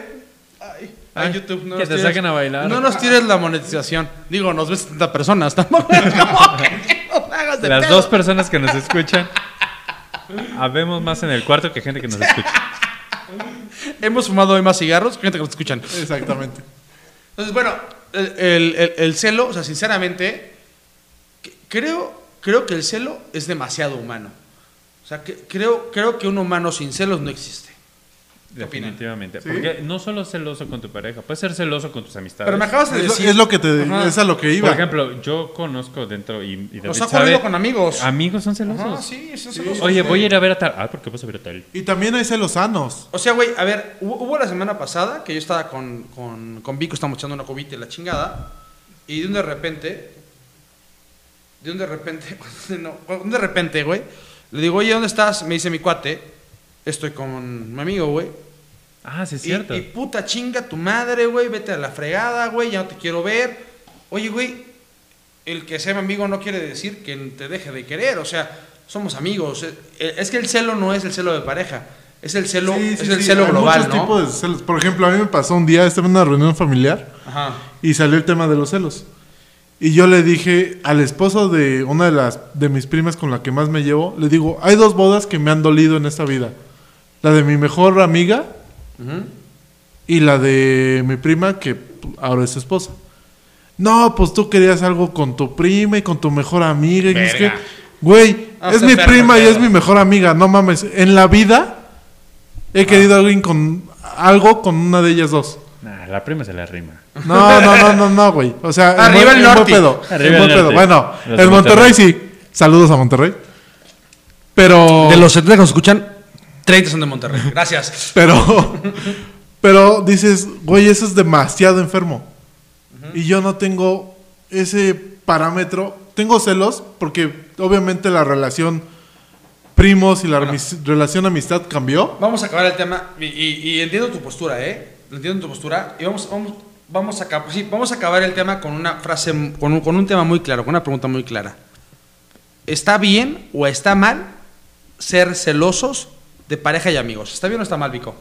S1: Ay, ay,
S3: Ay,
S1: YouTube, no
S3: que
S1: nos
S3: te
S1: tires-
S3: saquen a bailar.
S1: No nos tires la monetización. Digo, nos ves 70 personas. Tampoco es como que nos hagas de
S3: Las
S1: pedo.
S3: dos personas que nos escuchan, habemos más en el cuarto que gente que nos escucha.
S1: Hemos fumado hoy más cigarros que gente que nos escuchan.
S2: Exactamente.
S1: Entonces, bueno, el, el- el- el celo, o sea, sinceramente, que- creo, creo que el celo es demasiado humano. O sea, que, creo, creo que un humano sin celos no existe. ¿Qué opinan?
S3: Definitivamente.
S2: Sí.
S3: Porque no solo celoso con tu pareja, puedes ser celoso con tus amistades.
S1: Pero me acabas de
S2: Es lo,
S1: decir.
S2: es lo que te
S1: Ajá.
S2: es a lo que iba.
S3: Por ejemplo, yo conozco dentro y, y
S1: Nos
S3: David
S1: ha
S3: sabe,
S1: ocurrido con amigos.
S3: amigos son celosos.
S1: Ajá, sí, son celosos.
S3: Oye, voy a ir a ver a tal. Ah, ¿por qué vas a ver a tal?
S2: Y también hay celos sanos.
S1: O sea, güey, a ver, hubo, hubo la semana pasada que yo estaba con, con, con Vico, estábamos echando una cobita y la chingada, y de un de repente, de un de repente, no, de un de repente, güey, le digo, oye, ¿dónde estás? Me dice mi cuate, estoy con mi amigo, güey.
S3: Ah, sí, es
S1: Y-
S3: cierto.
S1: Y, puta chinga tu madre, güey, vete a la fregada, güey, ya no te quiero ver. Oye, güey, el que sea mi amigo no quiere decir que te deje de querer, o sea, somos amigos. Eh, eh, Es que el celo no es el celo de pareja, es el celo,
S2: Sí,
S1: es
S2: sí,
S1: el
S2: sí,
S1: celo
S2: hay
S1: global,
S2: muchos
S1: ¿no?
S2: tipos de celos. Por ejemplo, a mí me pasó un día, estaba en una reunión familiar
S1: Ajá.
S2: y salió el tema de los celos. Y yo le dije al esposo de una de las de mis primas con la que más me llevo, le digo, hay dos bodas que me han dolido en esta vida. La de mi mejor amiga y la de mi prima que pu- ahora es su esposa. No, pues tú querías algo con tu prima y con tu mejor amiga. Y no sé
S3: Verga.
S2: qué. Güey,
S1: Ah,
S2: es
S1: está
S2: mi
S1: enfermo,
S2: prima y
S1: claro.
S2: es mi mejor amiga, no mames. En la vida he querido alguien con algo con una de ellas dos.
S3: Nah, la prima se la rima.
S2: No, no, no, no, no, güey. O sea, en
S1: Arriba
S2: buen-
S1: el
S2: en buen
S1: norte.
S2: pedo, en
S3: Arriba
S2: buen
S3: el
S2: pedo.
S3: norte.
S2: Bueno,
S3: Los
S2: en
S3: de
S2: Monterrey sí. Saludos a Monterrey. Pero
S1: De los 70 que nos escuchan, 30 son de Monterrey. Gracias.
S2: pero pero dices, güey, eso es demasiado enfermo. Y yo no tengo ese parámetro. Tengo celos porque obviamente la relación primos y la mis- relación amistad cambió.
S1: Vamos a acabar el tema y, y- y entiendo tu postura, ¿eh? Entiendo tu postura y vamos, vamos, vamos, a, acab- sí, vamos a acabar el tema con una frase, con un, con un tema muy claro, con una pregunta muy clara. ¿Está bien o está mal ser celosos de pareja y amigos? ¿Está bien o está mal, Vico?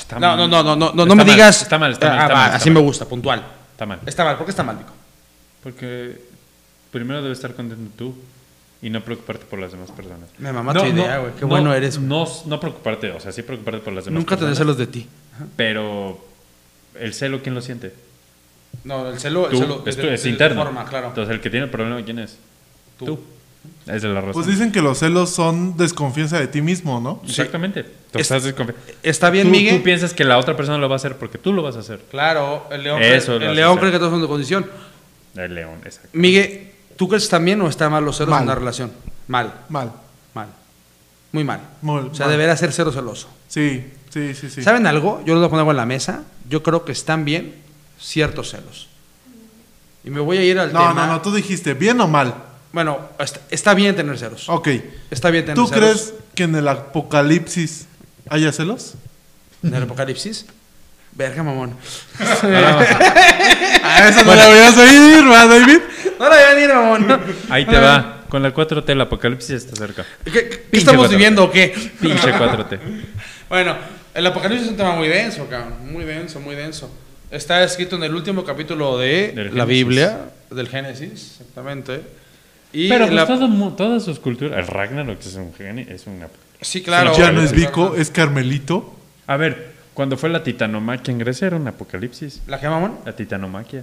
S3: Está
S1: no,
S3: mal.
S1: no, no, no, no, no,
S3: Está
S1: me
S3: mal,
S1: digas.
S3: Está mal, está
S1: Ah,
S3: mal. Está
S1: va,
S3: mal está
S1: así
S3: mal.
S1: me gusta, puntual.
S3: Está mal.
S1: Está mal, ¿por qué está mal, Vico?
S3: Porque primero debes estar contento tú y no preocuparte por las demás personas.
S1: Me mamá tu idea, güey. Qué bueno eres, güey.
S3: No, no preocuparte, o sea, sí preocuparte por las demás
S1: Nunca tener celos
S3: personas.
S1: de ti.
S3: Pero el celo, ¿quién lo siente?
S1: No, el celo, el
S3: Tú.
S1: celo
S3: es,
S1: de-
S3: tu-
S1: de-
S3: es
S1: de
S3: interno.
S1: forma, claro.
S3: Entonces, el que tiene el problema, ¿quién es?
S1: Tú.
S3: Tú. Es de la razón.
S2: Pues dicen que los celos son desconfianza de ti mismo, ¿no?
S3: Exactamente. Tú,
S1: Es-
S3: estás desconfi-
S1: ¿Está bien,
S3: tú,
S1: Miguel?
S3: tú piensas que la otra persona lo va a hacer porque tú lo vas a hacer.
S1: Claro, el león,
S3: Eso
S1: cree,
S3: lo
S1: el
S3: hace
S1: león
S3: ser.
S1: cree que todos son de condición.
S3: El león, exacto.
S1: Miguel, ¿tú crees también o está mal los celos
S2: Mal.
S1: en una relación? Mal,
S2: Mal.
S1: mal. Muy mal.
S2: Muy
S1: o sea,
S2: mal.
S1: deberá ser cero celoso.
S2: Sí, sí, sí, sí.
S1: ¿Saben algo? Yo les voy a poner algo en la mesa. Yo creo que están bien ciertos celos. Y me voy a ir al
S2: No,
S1: tema.
S2: no, no, tú dijiste, ¿bien o mal?
S1: Bueno, está, está bien tener celos.
S2: Ok.
S1: Está bien tener
S2: ¿Tú
S1: celos.
S2: crees que en el apocalipsis haya celos?
S1: ¿En el apocalipsis? Verga, mamón. Ah,
S2: A eso no la deberías oír, ¿va, David?
S1: No la voy a venir, mamón.
S3: Ahí te va. Con la 4T el apocalipsis está cerca.
S1: ¿Qué- ¿Qué,
S3: Pinche
S1: estamos
S3: cuatro.
S1: viviendo o qué?
S3: Pinche 4T.
S1: Bueno, el Apocalipsis es un tema muy denso, cabrón. Muy denso, muy denso. Está escrito en el último capítulo de
S3: Del
S1: la
S3: Génesis.
S1: Biblia, del Génesis, exactamente. Y
S3: Pero pues
S1: la-
S3: todo mu- todas sus culturas. El Ragnarok es un genio, es una.
S1: Sí, claro.
S2: ya no es
S1: Sí,
S2: Vico,
S1: claro.
S2: es Carmelito.
S3: A ver, cuando fue la titanomaquia en Grecia era un apocalipsis.
S1: ¿La que mamón?
S3: La titanomaquia.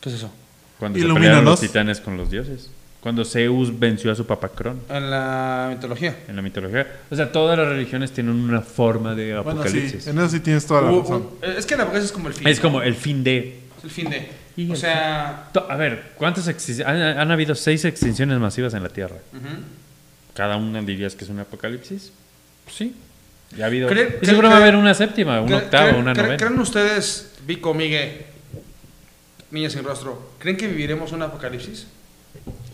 S1: ¿Qué es eso?
S3: Cuando se
S2: Ilumínanos.
S3: pelearon los titanes con los dioses. Cuando Zeus venció a su papá Crono.
S1: En la mitología.
S3: En la mitología. O sea, todas las religiones tienen una forma de
S2: Bueno, sí,
S3: apocalipsis.
S2: en eso sí tienes toda Ah, la
S1: Hubo-
S2: razón.
S1: hubo- es que el Apocalipsis es como el fin.
S3: es como el fin de.
S1: Es el fin de.
S3: Y
S1: O
S3: el
S1: sea,
S3: To- A ver, ¿cuántas extin- han, han habido seis extinciones masivas en la Tierra. Cada una dirías que es un apocalipsis. Pues sí. Ya ha habido.
S1: Creen-
S3: y seguro
S1: creen-
S3: va a haber una séptima, una
S1: ¿cre-
S3: octava,
S1: creen-
S3: una
S1: cre-
S3: novena.
S1: ¿Creen ustedes, Vico, Miguel, niñas sin rostro, creen que viviremos un apocalipsis?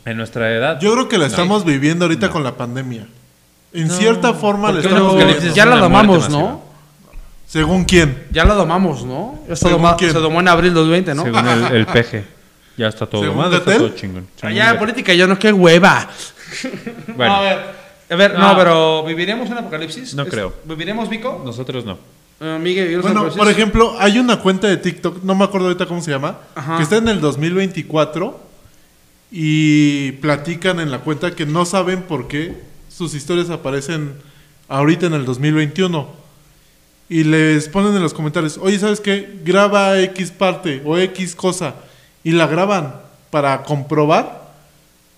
S3: En nuestra edad.
S2: Yo creo que la
S3: No.
S2: estamos viviendo ahorita con la pandemia. En
S3: No,
S2: cierta forma la
S3: porque
S2: estamos
S3: un apocalipsis
S2: viviendo.
S3: es una muerte masiva.
S2: Según quién.
S1: Ya la domamos, ¿no? Ya se,
S2: ¿Según
S1: doma-
S2: quién?
S1: se domó en abril 2020, ¿no?
S3: Según el, el PG. Ya está todo
S2: ¿Según
S3: domado, está
S2: Gatel?
S3: todo chingón.
S1: Ah,
S3: Según
S1: ya,
S3: Gatel.
S1: política, yo no, qué hueva.
S3: Bueno,
S1: No, a ver, a ver, no,
S3: No.
S1: pero ¿viviremos un apocalipsis?
S3: No
S1: ¿Es-
S3: creo.
S1: ¿Viviremos, Vico?
S3: nosotros no.
S1: Eh, Miguel, ¿viviremos un
S2: Bueno,
S1: apocalipsis?
S2: por ejemplo, hay una cuenta de TikTok, no me acuerdo ahorita cómo se llama,
S1: Ajá.
S2: que está en el 2024 y platican en la cuenta que no saben por qué sus historias aparecen ahorita en el 2021. Y les ponen en los comentarios, oye, ¿sabes qué? Graba X parte o X cosa. Y la graban para comprobar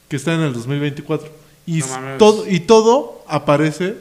S2: que está en el 2024. Y,
S1: No mames.
S2: todo, y todo aparece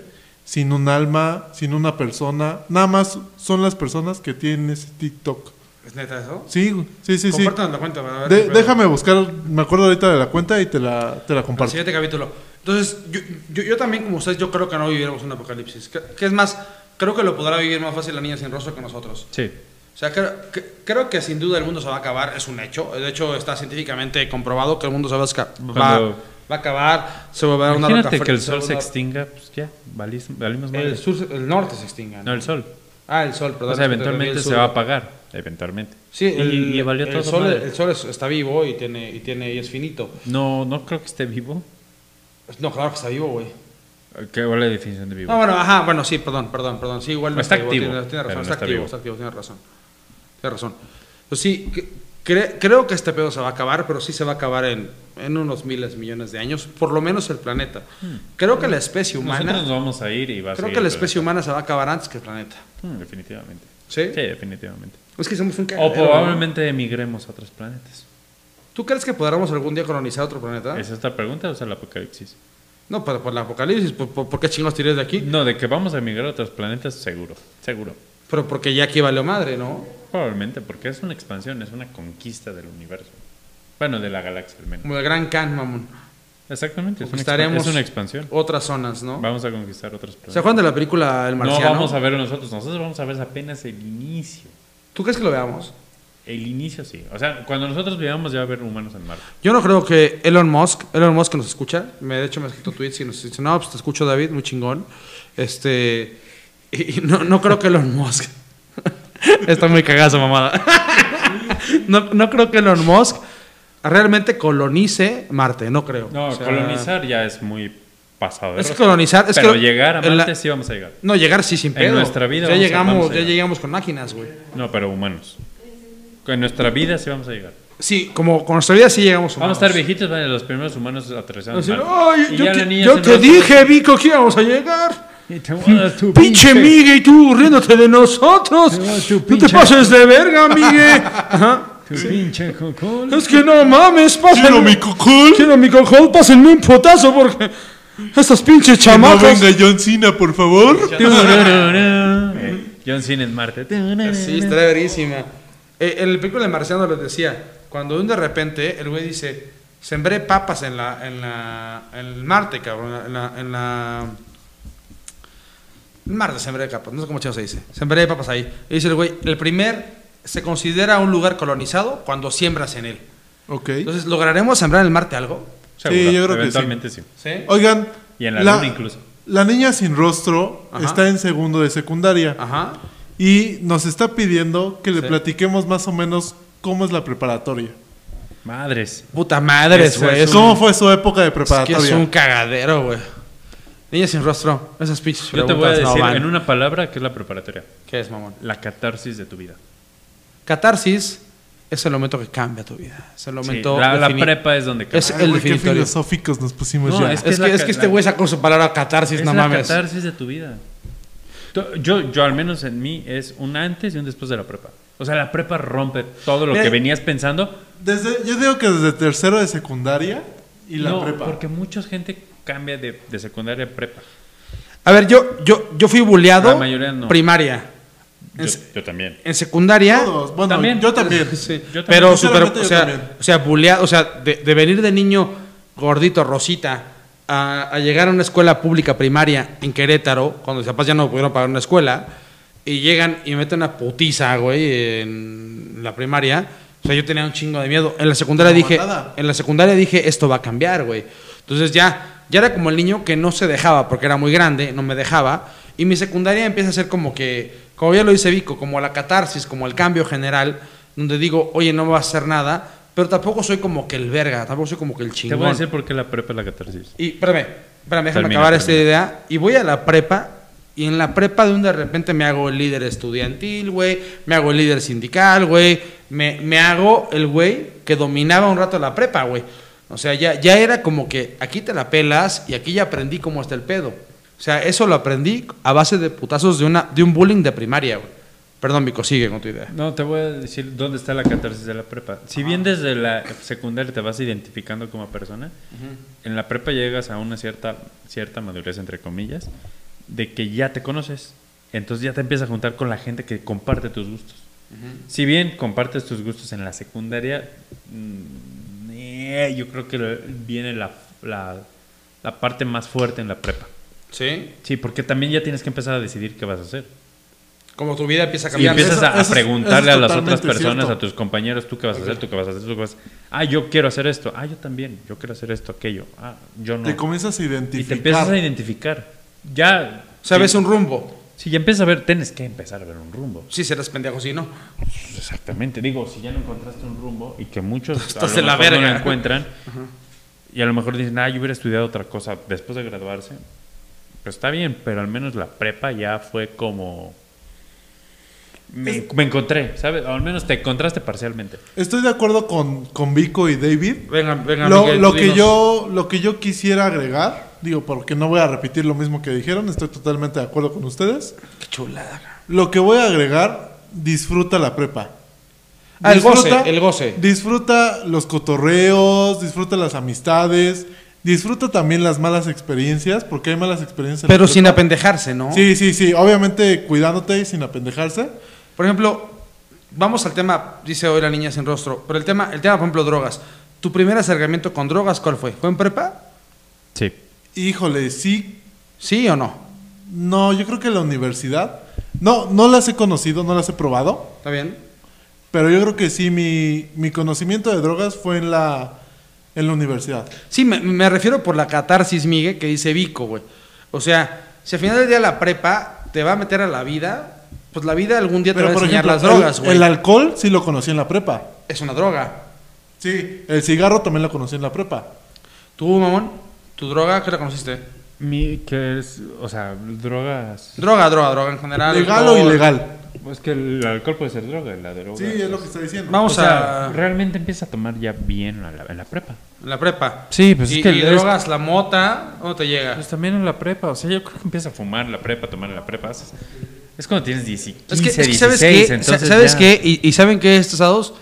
S2: sin un alma, sin una persona. Nada más son las personas que tienen ese TikTok.
S1: ¿Es neta eso?
S2: Sí, sí, sí, sí.
S1: Compártanos la cuenta. para ver
S2: De-
S1: qué pedo.
S2: déjame buscar, me acuerdo ahorita de la cuenta y te la, te la
S1: Para el
S2: comparto.
S1: siguiente capítulo. Entonces, yo, yo, yo también, como ustedes, yo creo que no viviremos un apocalipsis. Que, que es más, creo que lo podrá vivir más fácil la niña sin rostro que nosotros.
S3: Sí.
S1: O sea, creo que, creo que sin duda el mundo se va a acabar, es un hecho. De hecho, está científicamente comprobado que el mundo se va a, esca- va,
S3: Cuando-
S1: va a acabar, se va a volver una roca
S3: Imagínate que el
S1: fría,
S3: sol
S1: va a
S3: se
S1: volver-
S3: extinga, pues ya, valis- valimos
S1: El,
S3: madres.
S1: sur, se- el norte se extinga.
S3: No, el sol.
S1: Ah, el sol, perdón.
S3: o sea,
S1: es que te
S3: eventualmente
S1: referí al
S3: se
S1: sur.
S3: va a apagar. Eventualmente.
S1: Sí,
S3: Y-
S1: el,
S3: y, valió
S1: el
S3: todo
S1: sol,
S3: madre.
S1: el sol es- está vivo y tiene, y tiene y es finito.
S3: No, no creo que esté vivo.
S1: No, claro que está vivo, güey.
S3: ¿Qué vale la definición de vivo?
S1: No, bueno, ajá, bueno, sí, perdón, perdón, perdón. Sí, igual no
S3: Está
S1: vivo,
S3: activo,
S1: Tiene, tiene
S3: pero
S1: razón,
S3: no
S1: está,
S3: está
S1: activo,
S3: vivo.
S1: está activo, tiene razón. Tiene razón. Pues sí, que- cre- creo que este pedo se va a acabar, pero sí se va a acabar en, en unos miles, millones de años, por lo menos el planeta. Creo que la especie
S3: Hmm. Nosotros
S1: humana,
S3: nos vamos a ir y va a
S1: creo
S3: seguir
S1: que la
S3: el
S1: especie humana se va a acabar antes que el planeta.
S3: planeta. Hmm, definitivamente.
S1: ¿Sí?
S3: Sí, definitivamente.
S1: Es que somos un
S3: O
S1: cagadero, ¿no?
S3: probablemente emigremos a otros planetas.
S1: ¿Tú crees que podremos algún día colonizar otro planeta?
S3: ¿Es esta pregunta o sea el apocalipsis?
S1: No, pues, por, por el apocalipsis, por, por- ¿por qué chingos tiré de aquí?
S3: No, de que vamos a emigrar a otros planetas, seguro. Seguro.
S1: Pero porque ya aquí valió madre, ¿no?
S3: Probablemente, porque es una expansión, es una conquista del universo. Bueno, de la galaxia al menos.
S1: Como el gran Khan, mamón.
S3: Exactamente, es una, expa-
S1: Conquistaremos
S3: es una expansión.
S1: otras zonas, ¿no?
S3: Vamos a conquistar otros
S1: ¿Se
S3: planetas.
S1: acuerdan de la película El
S3: No
S1: Marciano?
S3: vamos a ver nosotros, nosotros vamos a ver apenas el inicio.
S1: ¿Tú crees que lo veamos?
S3: El inicio sí. O sea, cuando nosotros vivamos ya va a haber humanos en Marte.
S1: Yo no creo que Elon Musk, Elon Musk que nos escucha, me, de hecho me ha escrito tweets y nos dice, no, pues te escucho David, muy chingón. Este, y y no, no creo que Elon Musk, está muy cagazo mamada, no, no creo que Elon Musk realmente colonice Marte, no creo.
S3: No,
S1: O sea,
S3: colonizar ya es muy pasado. de
S1: Es que
S3: rosca.
S1: colonizar, es
S3: Pero
S1: que-
S3: llegar a
S1: en la-
S3: Marte sí vamos a llegar.
S1: No, llegar sí sin
S3: En
S1: pedo.
S3: nuestra vida
S1: Ya
S3: vamos a-
S1: llegamos,
S3: vamos a
S1: ya
S3: llegar.
S1: llegamos con máquinas, güey.
S3: No, pero humanos. En nuestra vida sí vamos a llegar.
S1: Sí, como con nuestra vida sí llegamos
S3: Vamos a
S1: humanos.
S3: estar viejitos, van a ser los primeros humanos aterrizando.
S1: Así,
S3: en Marte.
S1: Ay,
S3: Y
S1: yo
S3: ya la
S1: te,
S3: niña
S1: yo
S3: se
S1: te
S3: nos-
S1: dije, Vico, que íbamos a llegar.
S3: Y te voy a dar tu
S1: Pinche Migue, y tú riéndote de nosotros.
S3: No, tu
S1: No te
S3: pinche-
S1: pases de verga, Migue. Ajá.
S3: Tu pinche cocol.
S1: Es que no mames, pásenme.
S2: Quiero mi cocol.
S1: Quiero mi cocol, pásenme un potazo porque estas pinches
S2: Que no
S1: chamacas.
S2: venga John Cena, por favor.
S3: Turururú. Eh, John Cena en Marte.
S1: Sí, está verísima. Eh, en el película de Marciano les decía, Cuando de un de repente el güey dice, sembré papas en la, en la, en el Marte, cabrón, en la, en la, en Marte sembré papas, no sé cómo chingados se dice, sembré papas ahí. Y dice el güey, el primer se considera un lugar colonizado cuando siembras en él.
S2: Ok.
S1: Entonces, ¿lograremos sembrar en el Marte algo?
S2: Sí, yo creo que sí.
S3: Eventualmente sí.
S1: ¿Sí?
S2: Oigan.
S3: Y en la luna incluso.
S2: La niña sin rostro
S1: Ajá.
S2: está en segundo de secundaria.
S1: Ajá.
S2: Y nos está pidiendo que le
S1: Sí.
S2: platiquemos más o menos cómo es la preparatoria.
S3: Madres.
S1: Puta madre,
S3: Eso
S1: güey.
S3: es
S1: Es,
S2: ¿Cómo fue su época de
S1: es que
S2: preparatoria?
S1: es un cagadero, güey. Niña sin rostro, esas pinches
S3: Yo te voy a
S1: preguntas no
S3: decir
S1: van.
S3: en una palabra que es la preparatoria.
S1: ¿Qué es, mamón?
S3: La catarsis de tu vida.
S1: Catarsis es el momento que cambia tu vida. Es el
S3: Sí,
S1: momento.
S3: la, la
S1: defini-
S3: prepa es donde
S1: Es-
S3: cambia.
S2: Ay,
S1: el
S2: güey, qué
S1: definitorio.
S2: filosóficos nos pusimos
S3: No,
S2: ya.
S1: Es, que,
S3: la
S1: es que
S3: ca-
S1: este güey sacó su palabra catarsis,
S3: es
S1: no
S3: la
S1: mames.
S3: catarsis de tu vida. Tú- Yo, yo al menos en mí es un antes y un después de la prepa. O sea, la prepa rompe todo lo
S2: Mira,
S3: que venías pensando.
S2: Desde, yo digo que desde tercero de secundaria y la
S3: no,
S2: prepa.
S3: porque mucha gente cambia de, de secundaria a prepa.
S1: A ver, yo, yo, yo fui buleado
S3: La mayoría no.
S1: primaria.
S3: Yo,
S1: En, se-
S3: yo también.
S1: en secundaria.
S2: Todos. Bueno,
S3: También.
S2: yo también.
S1: Sí,
S3: Yo también,
S1: pero super,
S2: sinceramente,
S1: o
S2: yo
S1: sea,
S2: también.
S1: o sea, buleado, o sea, de, de venir de niño gordito, rosita, a, a llegar a una escuela pública primaria en Querétaro, cuando mis papás ya no pudieron pagar una escuela, y llegan y meten una putiza, güey, en la primaria. O sea, yo tenía un chingo de miedo. En la secundaria
S2: Una
S1: dije,
S2: matada.
S1: en la secundaria dije, esto va a cambiar, güey. Entonces ya, ya era como el niño que no se dejaba porque era muy grande, no me dejaba. Y mi secundaria empieza a ser como que, como ya lo dice Vico, como la catarsis, como el cambio general, donde digo, oye, no me va a hacer nada, pero tampoco soy como que el verga, tampoco soy como que el
S3: Te
S1: chingón.
S3: voy a decir por qué la prepa es la catarsis.
S1: Y espérame, espérame, déjame
S3: Termina,
S1: acabar
S3: termina.
S1: esta idea. Y voy a la prepa. Y en la prepa de un de repente me hago el líder estudiantil, güey. Me hago el líder sindical, güey. Me, me hago el güey que dominaba un rato la prepa, güey. O sea, ya, ya era como que aquí te la pelas y aquí ya aprendí cómo está el pedo. O sea, eso lo aprendí a base de putazos de, una, de un bullying de primaria, güey. Perdón, Vico, sigue con tu idea.
S3: No, te voy a decir dónde está la catarsis de la prepa. Si bien desde la secundaria te vas identificando como persona, en la prepa llegas a una cierta, cierta madurez, entre comillas, de que ya te conoces. Entonces ya te empiezas a juntar con la gente que comparte tus gustos. Si bien compartes tus gustos en la secundaria, mm, eh, yo creo que lo- viene la, la- la parte más fuerte en la prepa.
S1: ¿Sí?
S3: Sí, porque también ya tienes que empezar a decidir qué vas a hacer.
S1: Como tu vida empieza a
S3: Y
S1: cambiar.
S3: empiezas
S2: Eso-
S3: a,
S2: eso
S3: a
S2: es-
S3: preguntarle
S2: eso es
S3: a las otras
S2: totalmente
S3: personas,
S2: cierto.
S3: a tus compañeros, tú qué vas a hacer, tú qué vas a hacer, tú qué vas a hacer. Ah, yo quiero hacer esto. Ah, yo también. Yo quiero hacer esto, aquello. Ah, yo no.
S2: Te comienzas a
S3: Y te
S2: identificar.
S3: empiezas a identificar. Ya.
S1: O sea, ves
S3: sí,
S1: un rumbo.
S3: Sí, ya empiezas a ver, tienes que empezar a ver un rumbo.
S1: Sí, serás pendejo, sí, ¿no?
S3: Exactamente. Digo, si ya no encontraste un rumbo y que muchos a
S1: Estás
S3: lo
S1: en la
S3: mejor no
S1: verga.
S3: lo encuentran y a lo mejor dicen, ah, yo hubiera estudiado otra cosa después de graduarse. Pues está bien, pero al menos la prepa ya fue como... Me, me encontré, ¿sabes? O al menos te encontraste parcialmente.
S2: Estoy de acuerdo con, con Vico y David.
S1: Venga, venga,
S2: Lo,
S1: Miguel,
S2: lo
S1: tú
S2: que
S1: dinos.
S2: yo, lo que yo quisiera agregar, digo, porque no voy a repetir lo mismo que dijeron, estoy totalmente de acuerdo con ustedes.
S1: Qué chulada, cabrón.
S2: Lo que voy a agregar, disfruta la prepa.
S1: Ah, el goce, el goce.
S2: Disfruta los cotorreos, disfruta las amistades, disfruta también las malas experiencias, porque hay malas experiencias. en la
S1: Pero sin
S2: prepa.
S1: apendejarse, ¿no?
S2: Sí, sí, sí, obviamente cuidándote y sin apendejarse.
S1: Por ejemplo, vamos al tema, dice hoy la niña sin rostro, pero el tema, el tema, por ejemplo, drogas. ¿Tu primer acercamiento con drogas cuál fue? ¿Fue en prepa?
S3: Sí.
S2: Híjole, sí,
S1: ¿Sí o no?
S2: no, yo creo que la universidad. No, no las he conocido, no las he probado.
S1: ¿Está bien?
S2: Pero yo creo que sí, mi, mi conocimiento de drogas fue en la, en la universidad.
S1: Sí, me, me refiero por la catarsis, Miguel, que dice Vico, güey. O sea, si al final del día la prepa te va a meter a la vida, pues la vida algún día te
S2: Pero
S1: va a
S2: por
S1: enseñar
S2: ejemplo,
S1: las drogas,
S2: el,
S1: güey.
S2: el alcohol sí lo conocí en la prepa.
S1: Es una droga.
S2: Sí. El cigarro también lo conocí en la prepa.
S1: ¿Tú, mamón? ¿Tu droga? ¿Qué la conociste?
S3: Mi, que es, o sea, drogas...
S1: Droga, droga, droga en general.
S2: Legal o
S1: alcohol.
S2: ilegal.
S3: Es que el alcohol puede ser droga, la droga.
S2: Sí, es lo que está diciendo.
S3: O
S1: Vamos
S3: sea,
S1: a...
S3: realmente empieza a tomar ya bien a la- en la prepa.
S1: En la prepa.
S3: Sí, pues es
S1: y,
S3: que
S1: y
S3: es-
S1: drogas, la mota, ¿dónde te llega?
S3: Pues también en la prepa, o sea, yo creo que empieza a fumar en la prepa, a tomar en la prepa. haces- Es cuando tienes 15,
S1: Es que, es que
S3: 16,
S1: sabes que,
S3: entonces
S1: ¿sabes
S3: ya-
S1: qué? Y, y saben que estos dados,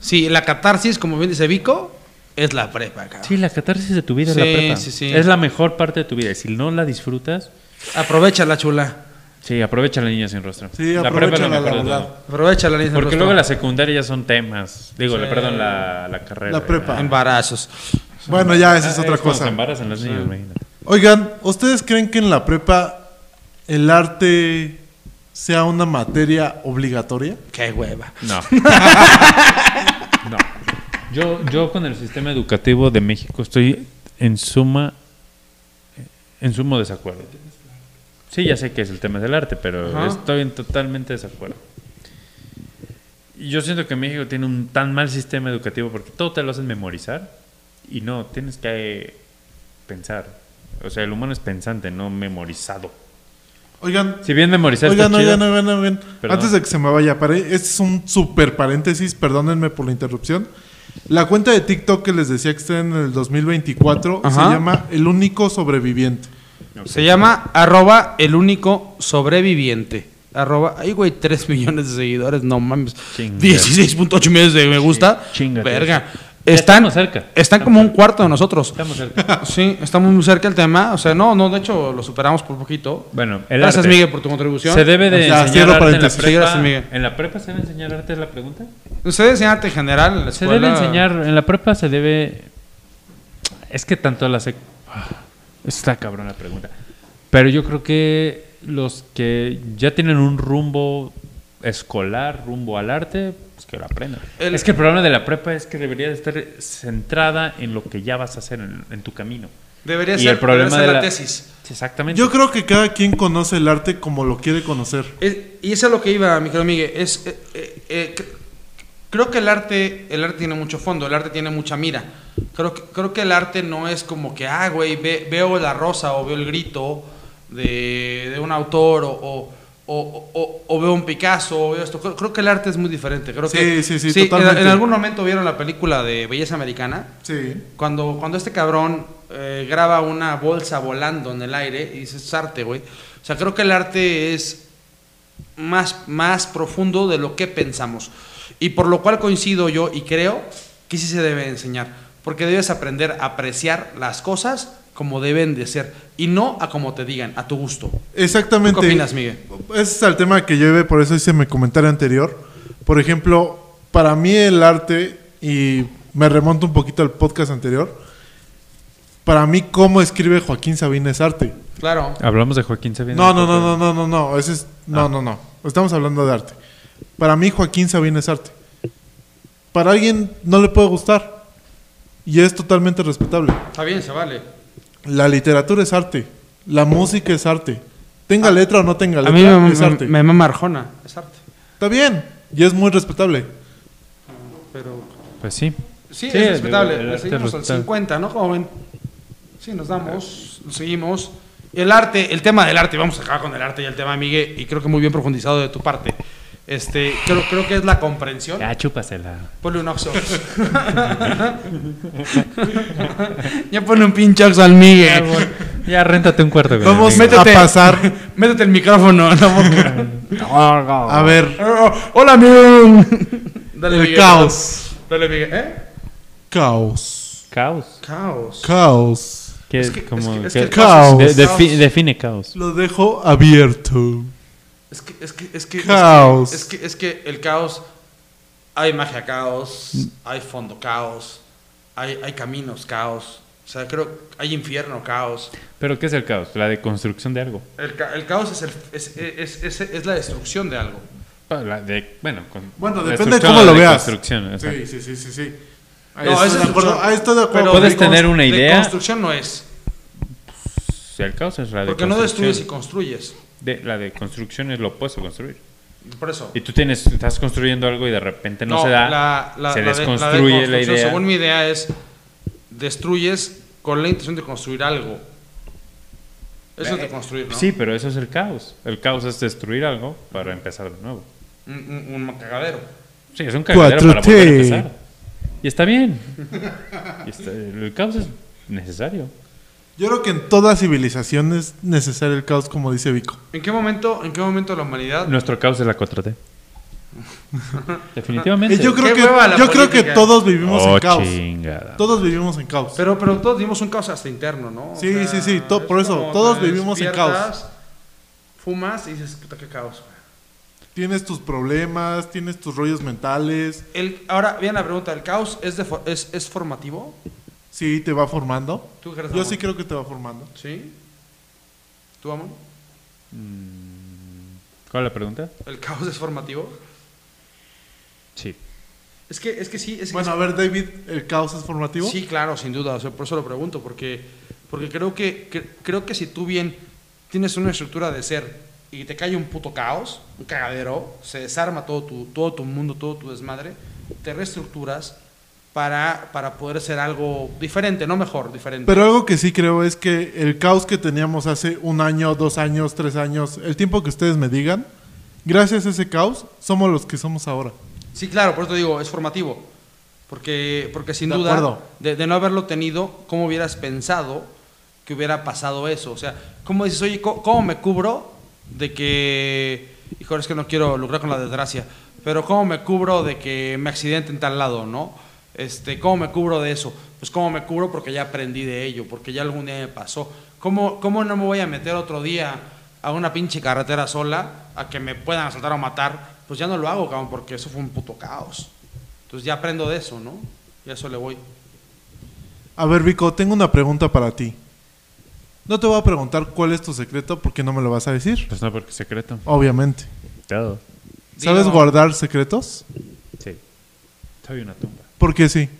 S1: sí, la catarsis, como bien dice Vico, es la prepa, cabrón.
S3: Sí, la catarsis de tu vida
S1: Sí,
S3: es la prepa.
S1: sí, sí.
S3: Es la mejor parte de tu vida. Y si no la disfrutas,
S1: Aprovecha la chula.
S3: Sí, aprovecha la niña sin rostro.
S2: Sí,
S3: prepa es lo
S2: aprovechala, la
S3: mejor de todo.
S2: verdad.
S1: Aprovecha la niña sin
S3: Porque
S1: rostro.
S3: luego la secundaria ya son temas. Digo,
S1: Sí.
S3: la- perdón, la, la carrera.
S2: La prepa.
S1: Embarazos.
S2: Bueno, ya, esa es
S3: Ah,
S2: otra
S3: cuando
S2: cosa.
S3: Se embarazan las niñas, imagínate.
S2: Oigan, ¿ustedes creen que en la prepa el arte sea una materia obligatoria?
S1: Qué hueva.
S3: No. no. Yo, yo con el sistema educativo de México estoy en suma en sumo desacuerdo. Sí, ya sé que es el tema del arte, pero
S1: Ajá.
S3: estoy en totalmente desacuerdo. Y Yo siento que México tiene un tan mal sistema educativo porque todo te lo hacen memorizar y no, tienes que pensar. O sea, el humano es pensante, no memorizado.
S2: Oigan,
S3: Si bien memorizar está
S2: oigan,
S3: chido,
S2: oigan, oigan, oigan.
S3: Perdón.
S2: Antes de que se me vaya, pare, este es un super paréntesis, perdónenme por la interrupción. La cuenta de TikTok que les decía que está en el 2024
S1: Ajá.
S2: se llama El único sobreviviente.
S1: Se llama arroba el único sobreviviente. Arroba, ay güey, 3 millones de seguidores, no mames.
S3: Chinga.
S1: 16.8 millones de me gusta.
S3: Chíngate.
S1: Verga.
S3: Ya
S1: Están,
S3: estamos cerca.
S1: están como un cuarto de nosotros.
S3: estamos cerca.
S1: Sí, estamos muy cerca del tema. O sea, no, no, de hecho lo superamos por poquito.
S3: Bueno, el
S1: Gracias,
S3: arte.
S1: Miguel, por tu contribución.
S3: Se debe de
S1: Ah,
S2: Ya,
S3: enseñar
S2: cierro
S3: arte en la
S2: paréntesis.
S3: prepa.
S1: Sí, gracias, Miguel.
S3: ¿En la prepa se debe enseñar arte es la pregunta?
S1: Se debe enseñar arte en general en la
S3: Se
S1: escuela.
S3: debe enseñar, en la prepa se debe... Es que tanto la sec... Está cabrón la pregunta. Pero yo creo que los que ya tienen un rumbo escolar, rumbo al arte, pues que lo aprendan.
S1: El-
S3: Es que el problema de la prepa es que debería de estar centrada en lo que ya vas a hacer en, en tu camino.
S1: Debería
S3: y
S1: ser,
S3: el
S1: debería
S3: problema
S1: ser
S3: de
S1: la
S3: la-
S1: tesis.
S3: Exactamente.
S2: Yo creo que cada quien conoce el arte como lo quiere conocer.
S1: Es- y eso es lo que iba, mi querido Miguel. Es, eh, eh, eh, cre- creo que el arte, el arte tiene mucho fondo, el arte tiene mucha mira. Creo que, creo que el arte no es como que, ah, güey, ve- veo la rosa o veo el grito de, de un autor o, o- o- o- o veo un Picasso o veo esto. Creo, creo que el arte es muy diferente. Creo
S2: Sí,
S1: que,
S2: sí, sí,
S1: en-
S2: totalmente.
S1: en algún momento vieron la película de Belleza Americana
S2: Sí.
S1: cuando, cuando este cabrón eh, graba una bolsa volando en el aire y dices, es arte, güey. O sea, creo que el arte es más, más profundo de lo que pensamos. Y por lo cual coincido yo y creo que sí se debe enseñar. Porque debes aprender a apreciar las cosas como deben de ser. Y no a como te digan, a tu gusto.
S2: Exactamente.
S1: ¿Qué opinas, Miguel?
S2: Ese es el tema que yo llevé, por eso hice mi comentario anterior. Por ejemplo, para mí el arte, y me remonto un poquito al podcast anterior, para mí cómo escribe Joaquín Sabina es arte.
S1: Claro.
S3: Hablamos de Joaquín Sabina.
S2: No, no, no, no, no, no, no, ese es,
S1: Ah.
S2: no, no, no, estamos hablando de arte. Para mí Joaquín Sabina es arte. Para alguien no le puede gustar y es totalmente respetable.
S1: Está bien, se vale.
S2: La literatura es arte, la música es arte. Tenga letra o no tenga
S1: Ah. A
S2: letra,
S1: mí me,
S2: es
S1: me,
S2: arte.
S1: me mama Arjona, es arte.
S2: Está bien. Y es muy respetable.
S1: Pero
S3: Pues sí.
S1: Sí, es
S3: Sí, el-
S1: respetable.
S3: el
S1: Le
S3: arte
S1: seguimos al
S3: respetable.
S1: 50, ¿no, joven? Sí, nos damos, nos seguimos. El arte, el tema del arte, vamos a acabar con el arte y el tema, Miguel, y creo que muy bien profundizado de tu parte. Este, creo, creo que es la comprensión.
S3: Ah, chúpasela.
S1: Ponle un oxo. ya ponle un pinche oxo al
S3: Ya,
S1: Miguel.
S3: güey. Ya, réntate un cuarto. güey.
S2: Vamos
S3: Venga.
S1: métete.
S2: a pasar.
S1: Métete el micrófono en la boca.
S3: Ah,
S2: A ver,
S1: Oh, hola, Miguel. Dale,
S2: el
S1: Miguel,
S2: caos.
S1: Dale, Miguel. ¿Eh?
S2: Caos.
S3: Caos.
S1: Caos.
S2: Caos.
S3: ¿Qué-
S1: Es que-
S3: cómo-
S1: es que- es que
S3: qué-
S1: el
S2: caos
S3: de-
S2: es-
S3: defi- define caos.
S2: Lo dejo abierto.
S1: Es que, es que, es que.
S2: Caos.
S1: Es que, es que, es que el caos. Hay magia caos,
S3: Mm.
S1: hay fondo caos, hay, hay caminos caos. O sea, creo hay infierno caos.
S3: ¿Pero qué es el caos? La deconstrucción de algo.
S1: El, ca- el caos es, el- es, es- es- es la destrucción de algo.
S3: Pa- Ah, la de- bueno, con-
S2: Bueno,
S3: la
S2: depende de
S3: destrucción
S2: cómo
S3: o
S2: lo
S3: la
S2: veas.
S3: deconstrucción, o sea.
S2: Sí, sí, sí, sí, sí. Ahí
S1: No, esa
S2: estoy
S1: es
S2: de acuerdo.
S1: destrucción.
S2: Ahí Ah, estoy de acuerdo.
S1: Pero
S3: Puedes tener una idea.
S1: Deconstrucción no es.
S3: Si el caos es la
S1: Porque no destruyes y
S3: deconstrucción.
S1: construyes.
S3: de, la deconstrucción es lo opuesto a construir.
S1: Por eso.
S3: Y tú tienes, estás construyendo algo y de repente no, se da.
S1: la- la-
S3: se
S1: la de- la
S3: desconstruye la,
S1: deconstrucción,
S3: idea.
S1: Según mi idea es, destruyes con la intención de construir algo. Eso es
S3: Eh,
S1: deconstruir, ¿no?
S3: Sí, pero eso es el caos. El caos es destruir algo para empezar de nuevo.
S1: Un, un- un cagadero.
S3: Sí, es un cagadero para
S2: 4T.
S3: poder empezar. Y está bien. Y está- el caos es necesario.
S2: Yo creo que en toda civilización es necesario el caos, como dice Vico.
S1: ¿En qué momento, en qué momento la humanidad?
S3: Nuestro caos es la 4T. Definitivamente.
S2: Eh, yo
S1: Qué
S2: creo que,
S1: hueva la
S2: yo creo que
S1: política.
S2: todos vivimos
S3: Oh,
S2: en caos.
S3: chingada.
S2: Todos vivimos en caos.
S1: Pero, pero todos dimos un caos hasta interno, ¿no? O
S2: Sí, sí, sí, to- por eso,
S1: como
S2: todos
S1: te
S2: vivimos en
S1: despiertas, fumas y dices, puta, qué caos, güey.
S2: Tienes tus problemas, tienes tus rollos mentales.
S1: El- ahora, bien la pregunta, ¿el caos es, de for- es, es formativo?
S2: Sí, te va formando.
S1: ¿Tú crees,
S2: Yo
S1: Ramón?
S2: sí creo que te va formando.
S1: ¿Sí? ¿Tú, Amon?
S3: ¿Cuál es la pregunta?
S1: ¿El caos es formativo?
S3: Sí.
S1: Es que, es que sí, es que
S2: Bueno, a ver, David, ¿el caos es formativo?
S1: Sí, claro, sin duda. o sea, por eso lo pregunto, porque, porque creo, que, cre- creo que si tú bien tienes una estructura de ser y te cae un puto caos, un cagadero, se desarma todo tu, todo tu mundo, todo tu desmadre, te reestructuras para, para poder ser algo diferente, no mejor, diferente.
S2: Pero algo que sí creo es que el caos que teníamos hace un año, dos años, tres años, el tiempo que ustedes me digan, gracias a ese caos, somos los que somos ahora.
S1: Sí, claro, por eso te digo, es formativo. Porque, porque sin
S2: De
S1: duda,
S2: acuerdo.
S1: de, de no haberlo tenido, ¿cómo hubieras pensado que hubiera pasado eso? O sea, ¿cómo dices, oye, co- ¿cómo me cubro de que... Hijo, es que no quiero lucrar con la desgracia, pero ¿cómo me cubro de que me accidente en tal lado, no? Este, ¿Cómo me cubro de eso? Pues ¿cómo me cubro? Porque ya aprendí de ello, porque ya algún día me pasó. ¿Cómo, cómo no me voy a meter otro día a una pinche carretera sola a que me puedan asaltar o matar, pues ya no lo hago, cabrón, porque eso fue un puto caos. Entonces ya aprendo de eso, ¿no? Y a eso le voy.
S2: A ver, Vico, tengo una pregunta para ti. No te voy a preguntar cuál es tu secreto porque no me lo vas a decir.
S3: Pues no, porque secreto.
S2: Obviamente.
S3: Todo.
S1: Dilo.
S2: ¿Sabes guardar secretos?
S3: Sí. Soy una tumba.
S2: Porque sí.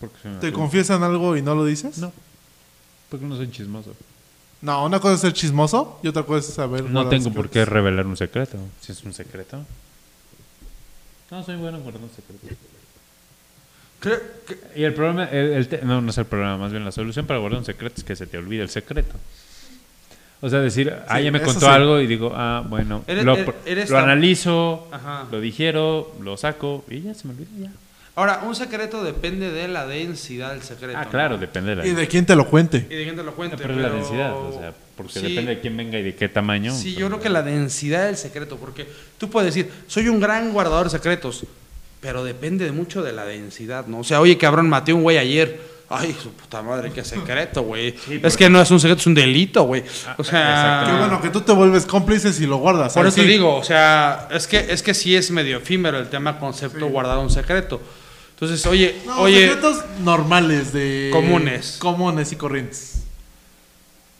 S3: Porque soy una
S2: ¿Te
S3: tumba.
S2: confiesan algo y no lo dices?
S3: No. Porque no soy chismoso.
S2: No, una cosa es ser chismoso y otra cosa es saber.
S3: No
S2: guardar
S3: tengo por qué
S2: secretos.
S3: revelar un secreto. Si es un secreto. No, soy bueno guardando secretos.
S1: Creo que-
S3: Y el problema, el- el te- no, no es el problema, más bien la solución para guardar un secreto es que se te olvide el secreto. O sea, decir, ah,
S2: Sí,
S3: ya me
S2: eso
S3: contó
S2: sí.
S3: algo y digo, ah, bueno,
S1: Eres-
S3: lo,
S1: er- eres
S3: lo
S1: tan-
S3: analizo,
S1: Ajá.
S3: lo digiero, lo saco y ya se me olvida. Ya. Ah,
S1: Ahora, un secreto depende de la densidad del secreto.
S3: Ah,
S1: ¿no?
S3: claro, depende de la,
S2: Y de quién te lo cuente.
S1: Y de quién te lo cuente.
S3: pero es la densidad, o sea, porque
S1: sí,
S3: depende de quién venga y de qué tamaño.
S1: Sí,
S3: pero-
S1: yo creo que la densidad del secreto, porque tú puedes decir, soy un gran guardador de secretos, pero depende de mucho de la densidad, ¿no? O sea, oye, cabrón, maté a un güey ayer. Ay, su puta madre, qué secreto, güey. es que no es un secreto, es un delito, güey. O sea,
S3: Ah.
S2: Qué bueno que tú te vuelves cómplice si lo guardas.
S1: Por
S2: ahí
S1: eso te
S2: sí.
S1: digo, o sea, es que, es que sí es medio efímero el tema concepto guardar un secreto. Entonces, oye,
S2: No,
S1: oye,
S2: secretos normales de...
S1: Comunes.
S2: Comunes y corrientes.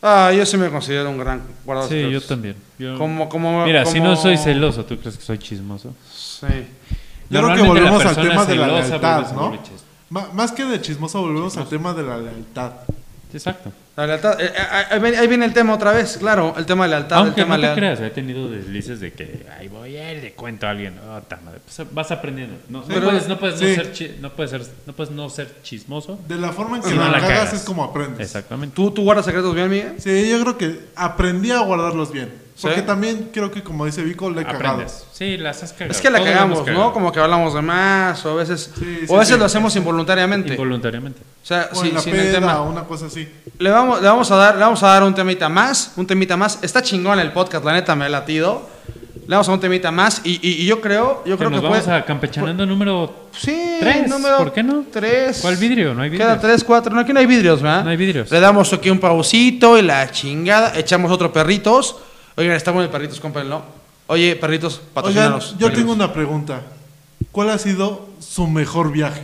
S1: ah, yo sí me considero un gran guardador
S3: Sí, yo
S1: secretos.
S3: también. Yo-
S1: Como, como,
S3: Mira, si no
S1: como-
S3: soy celoso, ¿tú crees que soy chismoso?
S1: Sí.
S2: Yo creo que
S3: Normalmente la
S2: volvemos al
S3: persona
S2: tema de la
S3: celosa vuelve
S2: lealtad,
S3: a
S2: ¿no?
S3: ser chismoso.
S2: Ma- más que de chismoso, volvemos al tema de la lealtad.
S3: Exacto.
S1: La lealtad, eh, eh, ahí viene- ahí viene el tema otra vez, claro, el tema de lealtad, el
S3: Aunque
S1: tema
S3: no
S1: de
S3: te
S1: leal-
S3: creas, he tenido deslices de que ahí voy, eh, le cuento a alguien. Oh, ta madre. Pues, vas aprendiendo. No, no
S1: Pero-
S3: puedes, no, puedes
S2: sí.
S3: no, ser chi- no puedes ser no puedes no ser chismoso.
S2: De la forma en que
S3: Si Pues no
S2: la,
S3: la
S2: cagas,
S3: cagas.
S2: es como aprendes.
S3: Exactamente.
S1: ¿Tú, ¿Tú guardas secretos bien, Miguel?
S2: Sí, yo creo que aprendí a guardarlos bien.
S1: Sí.
S2: Porque también creo que, como dice Vico, le he cagado.
S3: Aprendes. Sí, las has cagado.
S1: Es que la
S3: Todos
S1: cagamos,
S3: hemos cagado.
S1: ¿no? Como que hablamos de más, o a veces,
S2: Sí, sí,
S1: o a veces
S2: sí.
S1: lo hacemos involuntariamente.
S3: Involuntariamente.
S1: o sea,
S2: O en
S1: sin,
S2: la
S1: sin
S2: peda,
S1: el tema.
S2: una cosa así.
S1: Le vamos, le vamos a dar, le vamos a dar un temita más, un temita más. Está chingón el podcast, la neta me ha latido. Le vamos a un temita más y, y- y yo creo, yo
S3: Que
S1: creo
S3: nos
S1: que
S3: vamos
S1: puede-
S3: a campechanando número.
S1: Sí,
S3: Tres,
S1: número
S3: ¿por qué no?
S1: Tres.
S3: ¿Cuál vidrio? No hay vidrio.
S1: Queda tres, cuatro. No, aquí no hay vidrios, ¿verdad?
S3: No hay vidrios.
S1: Le damos aquí un pausito y la chingada. Echamos otro perritos. Oigan, está bueno el perritos, cómprenlo. Oye, perritos,
S2: Oigan,
S1: patrocinanos.
S2: yo tengo una pregunta. ¿Cuál ha sido su mejor viaje?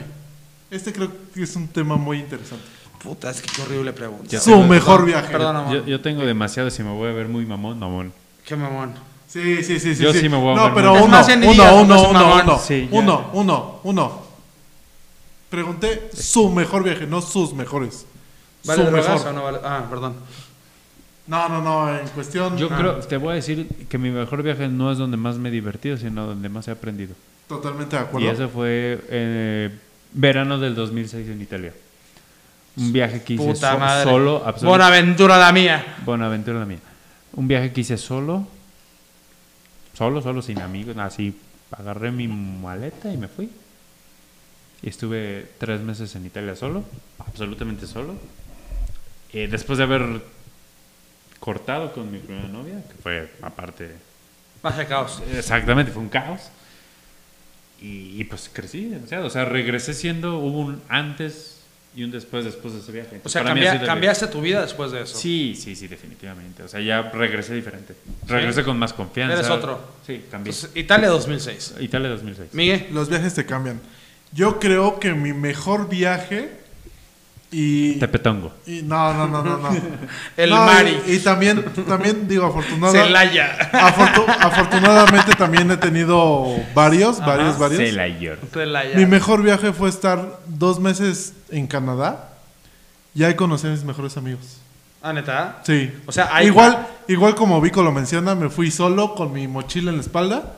S2: Este creo que es un tema muy interesante.
S1: Puta, es que qué horrible pregunta.
S3: Ya.
S2: su
S3: tengo-
S2: mejor viaje.
S1: Perdón, amor.
S3: Yo, yo tengo demasiado si me voy a ver muy mamón, mamón.
S1: Qué mamón.
S2: Sí, sí, sí, sí.
S3: Yo sí me voy a
S2: No,
S3: volver
S2: pero
S3: muy-
S2: uno,
S1: Es más, ya ni
S2: uno,
S1: digas, no
S2: uno,
S1: seas
S2: uno,
S1: mamón.
S2: uno,
S3: Sí, ya.
S2: uno, uno, uno. Pregunté su mejor viaje, no sus mejores.
S1: ¿Vale
S2: su
S1: drogas o
S2: mejor.
S1: no vale? Ah, perdón.
S2: No, no, no, en cuestión
S3: Yo
S2: ah,
S3: creo, te voy a decir que mi mejor viaje no es donde más me he divertido, sino donde más he aprendido.
S2: totalmente de
S3: Y
S2: acuerdo.
S3: eso fue eh, verano del 2006 en Italia. Un viaje que hice
S1: Puta
S3: so-
S1: madre.
S3: solo, absolutamente.
S1: Buenaventura la mía.
S3: Buenaventura la mía. Un viaje que hice solo, solo, solo, sin amigos, así. Agarré mi maleta y me fui. Y estuve tres meses en Italia solo, absolutamente solo. Eh, después de haber cortado con mi primera novia, que fue aparte
S1: Más de caos.
S3: Exactamente, fue un caos. Y, y, pues crecí demasiado. O sea, regresé siendo, hubo un antes y un después después de ese viaje.
S1: O sea,
S3: Para mí
S1: cambia-
S3: ha sido de-
S1: cambiaste tu vida después de eso.
S3: Sí, sí, sí, definitivamente. O sea, ya regresé diferente. Regresé con más confianza.
S1: Eres otro.
S3: Sí, cambié.
S1: Pues, Italia 2006.
S3: Italia 2006.
S1: Miguel,
S2: Los viajes te cambian. Yo creo que mi mejor viaje y...
S3: Tepetongo.
S2: y- no, no, no, no, no.
S1: El
S2: No, y-
S1: Mari.
S2: Y, también, también digo, afortunadamente...
S1: Celaya.
S2: afortunadamente también he tenido varios, varios, varios.
S3: Celayón.
S1: Celaya.
S2: Mi mejor viaje fue estar dos meses en Canadá y ahí conocí a mis mejores amigos.
S1: Ah, neta.
S2: Sí.
S1: O sea, ahí-
S2: igual, igual como Vico lo menciona, me fui solo con mi mochila en la espalda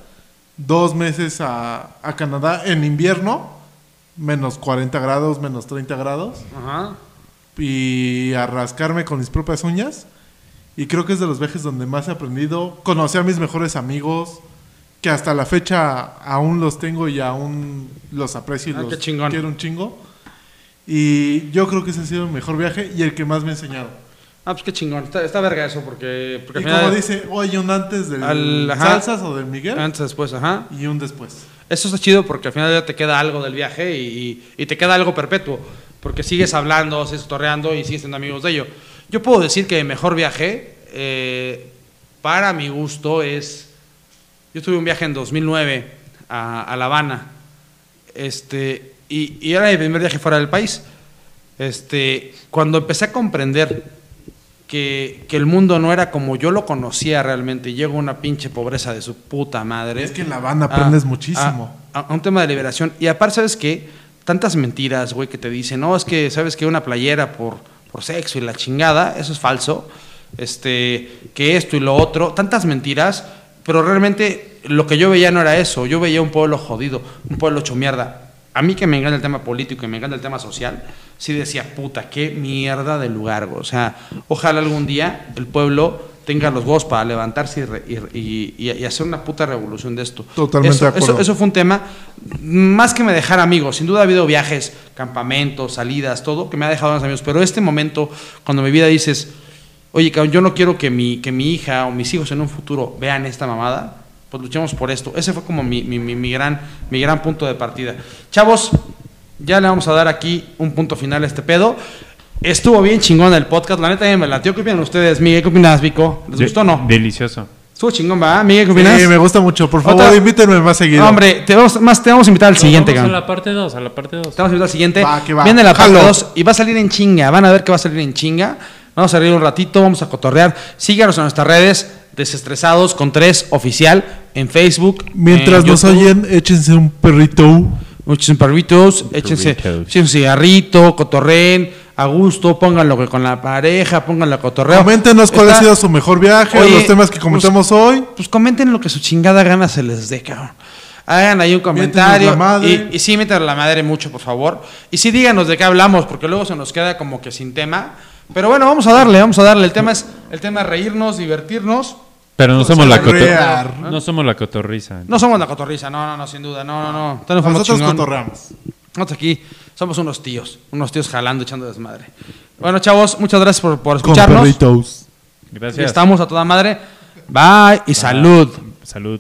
S2: dos meses a, a Canadá en invierno, menos 40 grados, menos 30 grados,
S1: Ajá.
S2: y a rascarme con mis propias uñas. Y creo que es de los viajes donde más he aprendido. Conocí a mis mejores amigos, que hasta la fecha aún los tengo y aún los aprecio y
S1: Ah,
S2: los
S1: qué chingón.
S2: quiero un chingo. Y yo creo que ese ha sido el mejor viaje y el que más me ha enseñado.
S1: Ah, pues qué chingón. Está, está verga eso porque. porque
S2: Y
S1: al final-
S2: como dice, hoy un antes del
S1: Al- ajá.
S2: Salsas o del Miguel
S1: Antes, después, ajá.
S2: y un después.
S1: Eso está chido porque al final ya te queda algo del viaje y, y- y te queda algo perpetuo. Porque sigues hablando, sigues torreando y sigues siendo amigos de ello. Yo puedo decir que mi mejor viaje, eh, para mi gusto, es. Yo tuve un viaje en 2009 a, a La Habana. Este, y, y era mi primer viaje fuera del país. Este, cuando empecé a comprender que, que el mundo no era como yo lo conocía realmente, y llego a una pinche pobreza de su puta madre. Ah,
S2: Es que en La Habana aprendes muchísimo.
S1: A, a un tema de liberación. Y aparte, ¿sabes qué? Tantas mentiras, güey, que te dicen, no, es que, ¿sabes que Una playera por, por sexo y la chingada, eso es falso. Este, que esto y lo otro, tantas mentiras, pero realmente lo que yo veía no era eso. Yo veía un pueblo jodido, un pueblo hecho mierda. A mí que me encanta el tema político y me encanta el tema social, sí decía, puta, qué mierda de lugar, güey. O sea, ojalá algún día el pueblo tenga los huevos para levantarse y re- y, y- y- y hacer una puta revolución de esto.
S2: Totalmente
S1: Eso-
S2: de acuerdo.
S1: eso- eso fue un tema, más que me dejar amigos, sin duda ha habido viajes, campamentos, salidas, todo, que me ha dejado más amigos, pero este momento, cuando mi vida dices, oye, cabrón, yo no quiero que mi, que mi hija o mis hijos en un futuro vean esta mamada, pues luchemos por esto. Ese fue como mi, mi- mi- mi gran, mi gran punto de partida. Chavos, ya le vamos a dar aquí un punto final a este pedo. Estuvo bien chingón el podcast, la neta a mí me latió. ¿Qué opinan ustedes, Miguel? ¿Qué opinas, Vico? ¿Les
S3: De-
S1: gustó o no?
S3: Delicioso.
S1: Estuvo chingón, ¿va? Miguel, ¿qué opinas?
S2: Sí, me gusta mucho. Por favor,
S1: Otra-
S2: invítenme más seguido.
S1: Hombre, te vamos, más te vamos a invitar al siguiente,
S3: Vamos
S1: cabrón.
S3: a la parte 2, a la parte 2.
S1: Estamos viendo al siguiente.
S2: Va, que va.
S1: Viene la parte
S2: Jalo.
S1: 2 y va a salir en chinga. Van a ver que va a salir en chinga. Vamos a reír un ratito, vamos a cotorrear. Síganos en nuestras redes, Desestresados con 3 Oficial, en Facebook.
S2: Mientras
S1: en
S2: nos
S1: YouTube.
S2: oyen, échense un perrito.
S1: Muchos perritos, échense,
S3: Perritos.
S1: échense un cigarrito, cotorreen, a gusto, pónganlo que con la pareja, pónganlo a cotorreo.
S2: Coméntenos cuál ha
S1: Está-
S2: sido su mejor viaje,
S1: Oye,
S2: los temas que comentamos hoy.
S1: pues comenten lo que su chingada gana se les dé, cabrón. Hagan ahí un comentario.
S2: Miéntenos la madre.
S1: Y, y sí, metan la madre mucho, por favor. Y sí, díganos de qué hablamos, porque luego se nos queda como que sin tema. Pero bueno, vamos a darle, vamos a darle. El tema es, el tema es reírnos, divertirnos.
S3: Pero no somos la
S2: Cotorrear,
S3: cotor- No somos la cotorriza.
S1: No somos la cotorriza, no, no, no, sin duda. No, no, no. Nosotros
S2: Nosotros cotorramos.
S1: Nosotros aquí somos unos tíos, unos tíos jalando, echando desmadre. Bueno, chavos, muchas gracias por, por
S2: Con
S1: escucharnos.
S2: perritos.
S1: Y
S3: Gracias.
S1: estamos a toda madre. Bye y salud.
S3: Salud.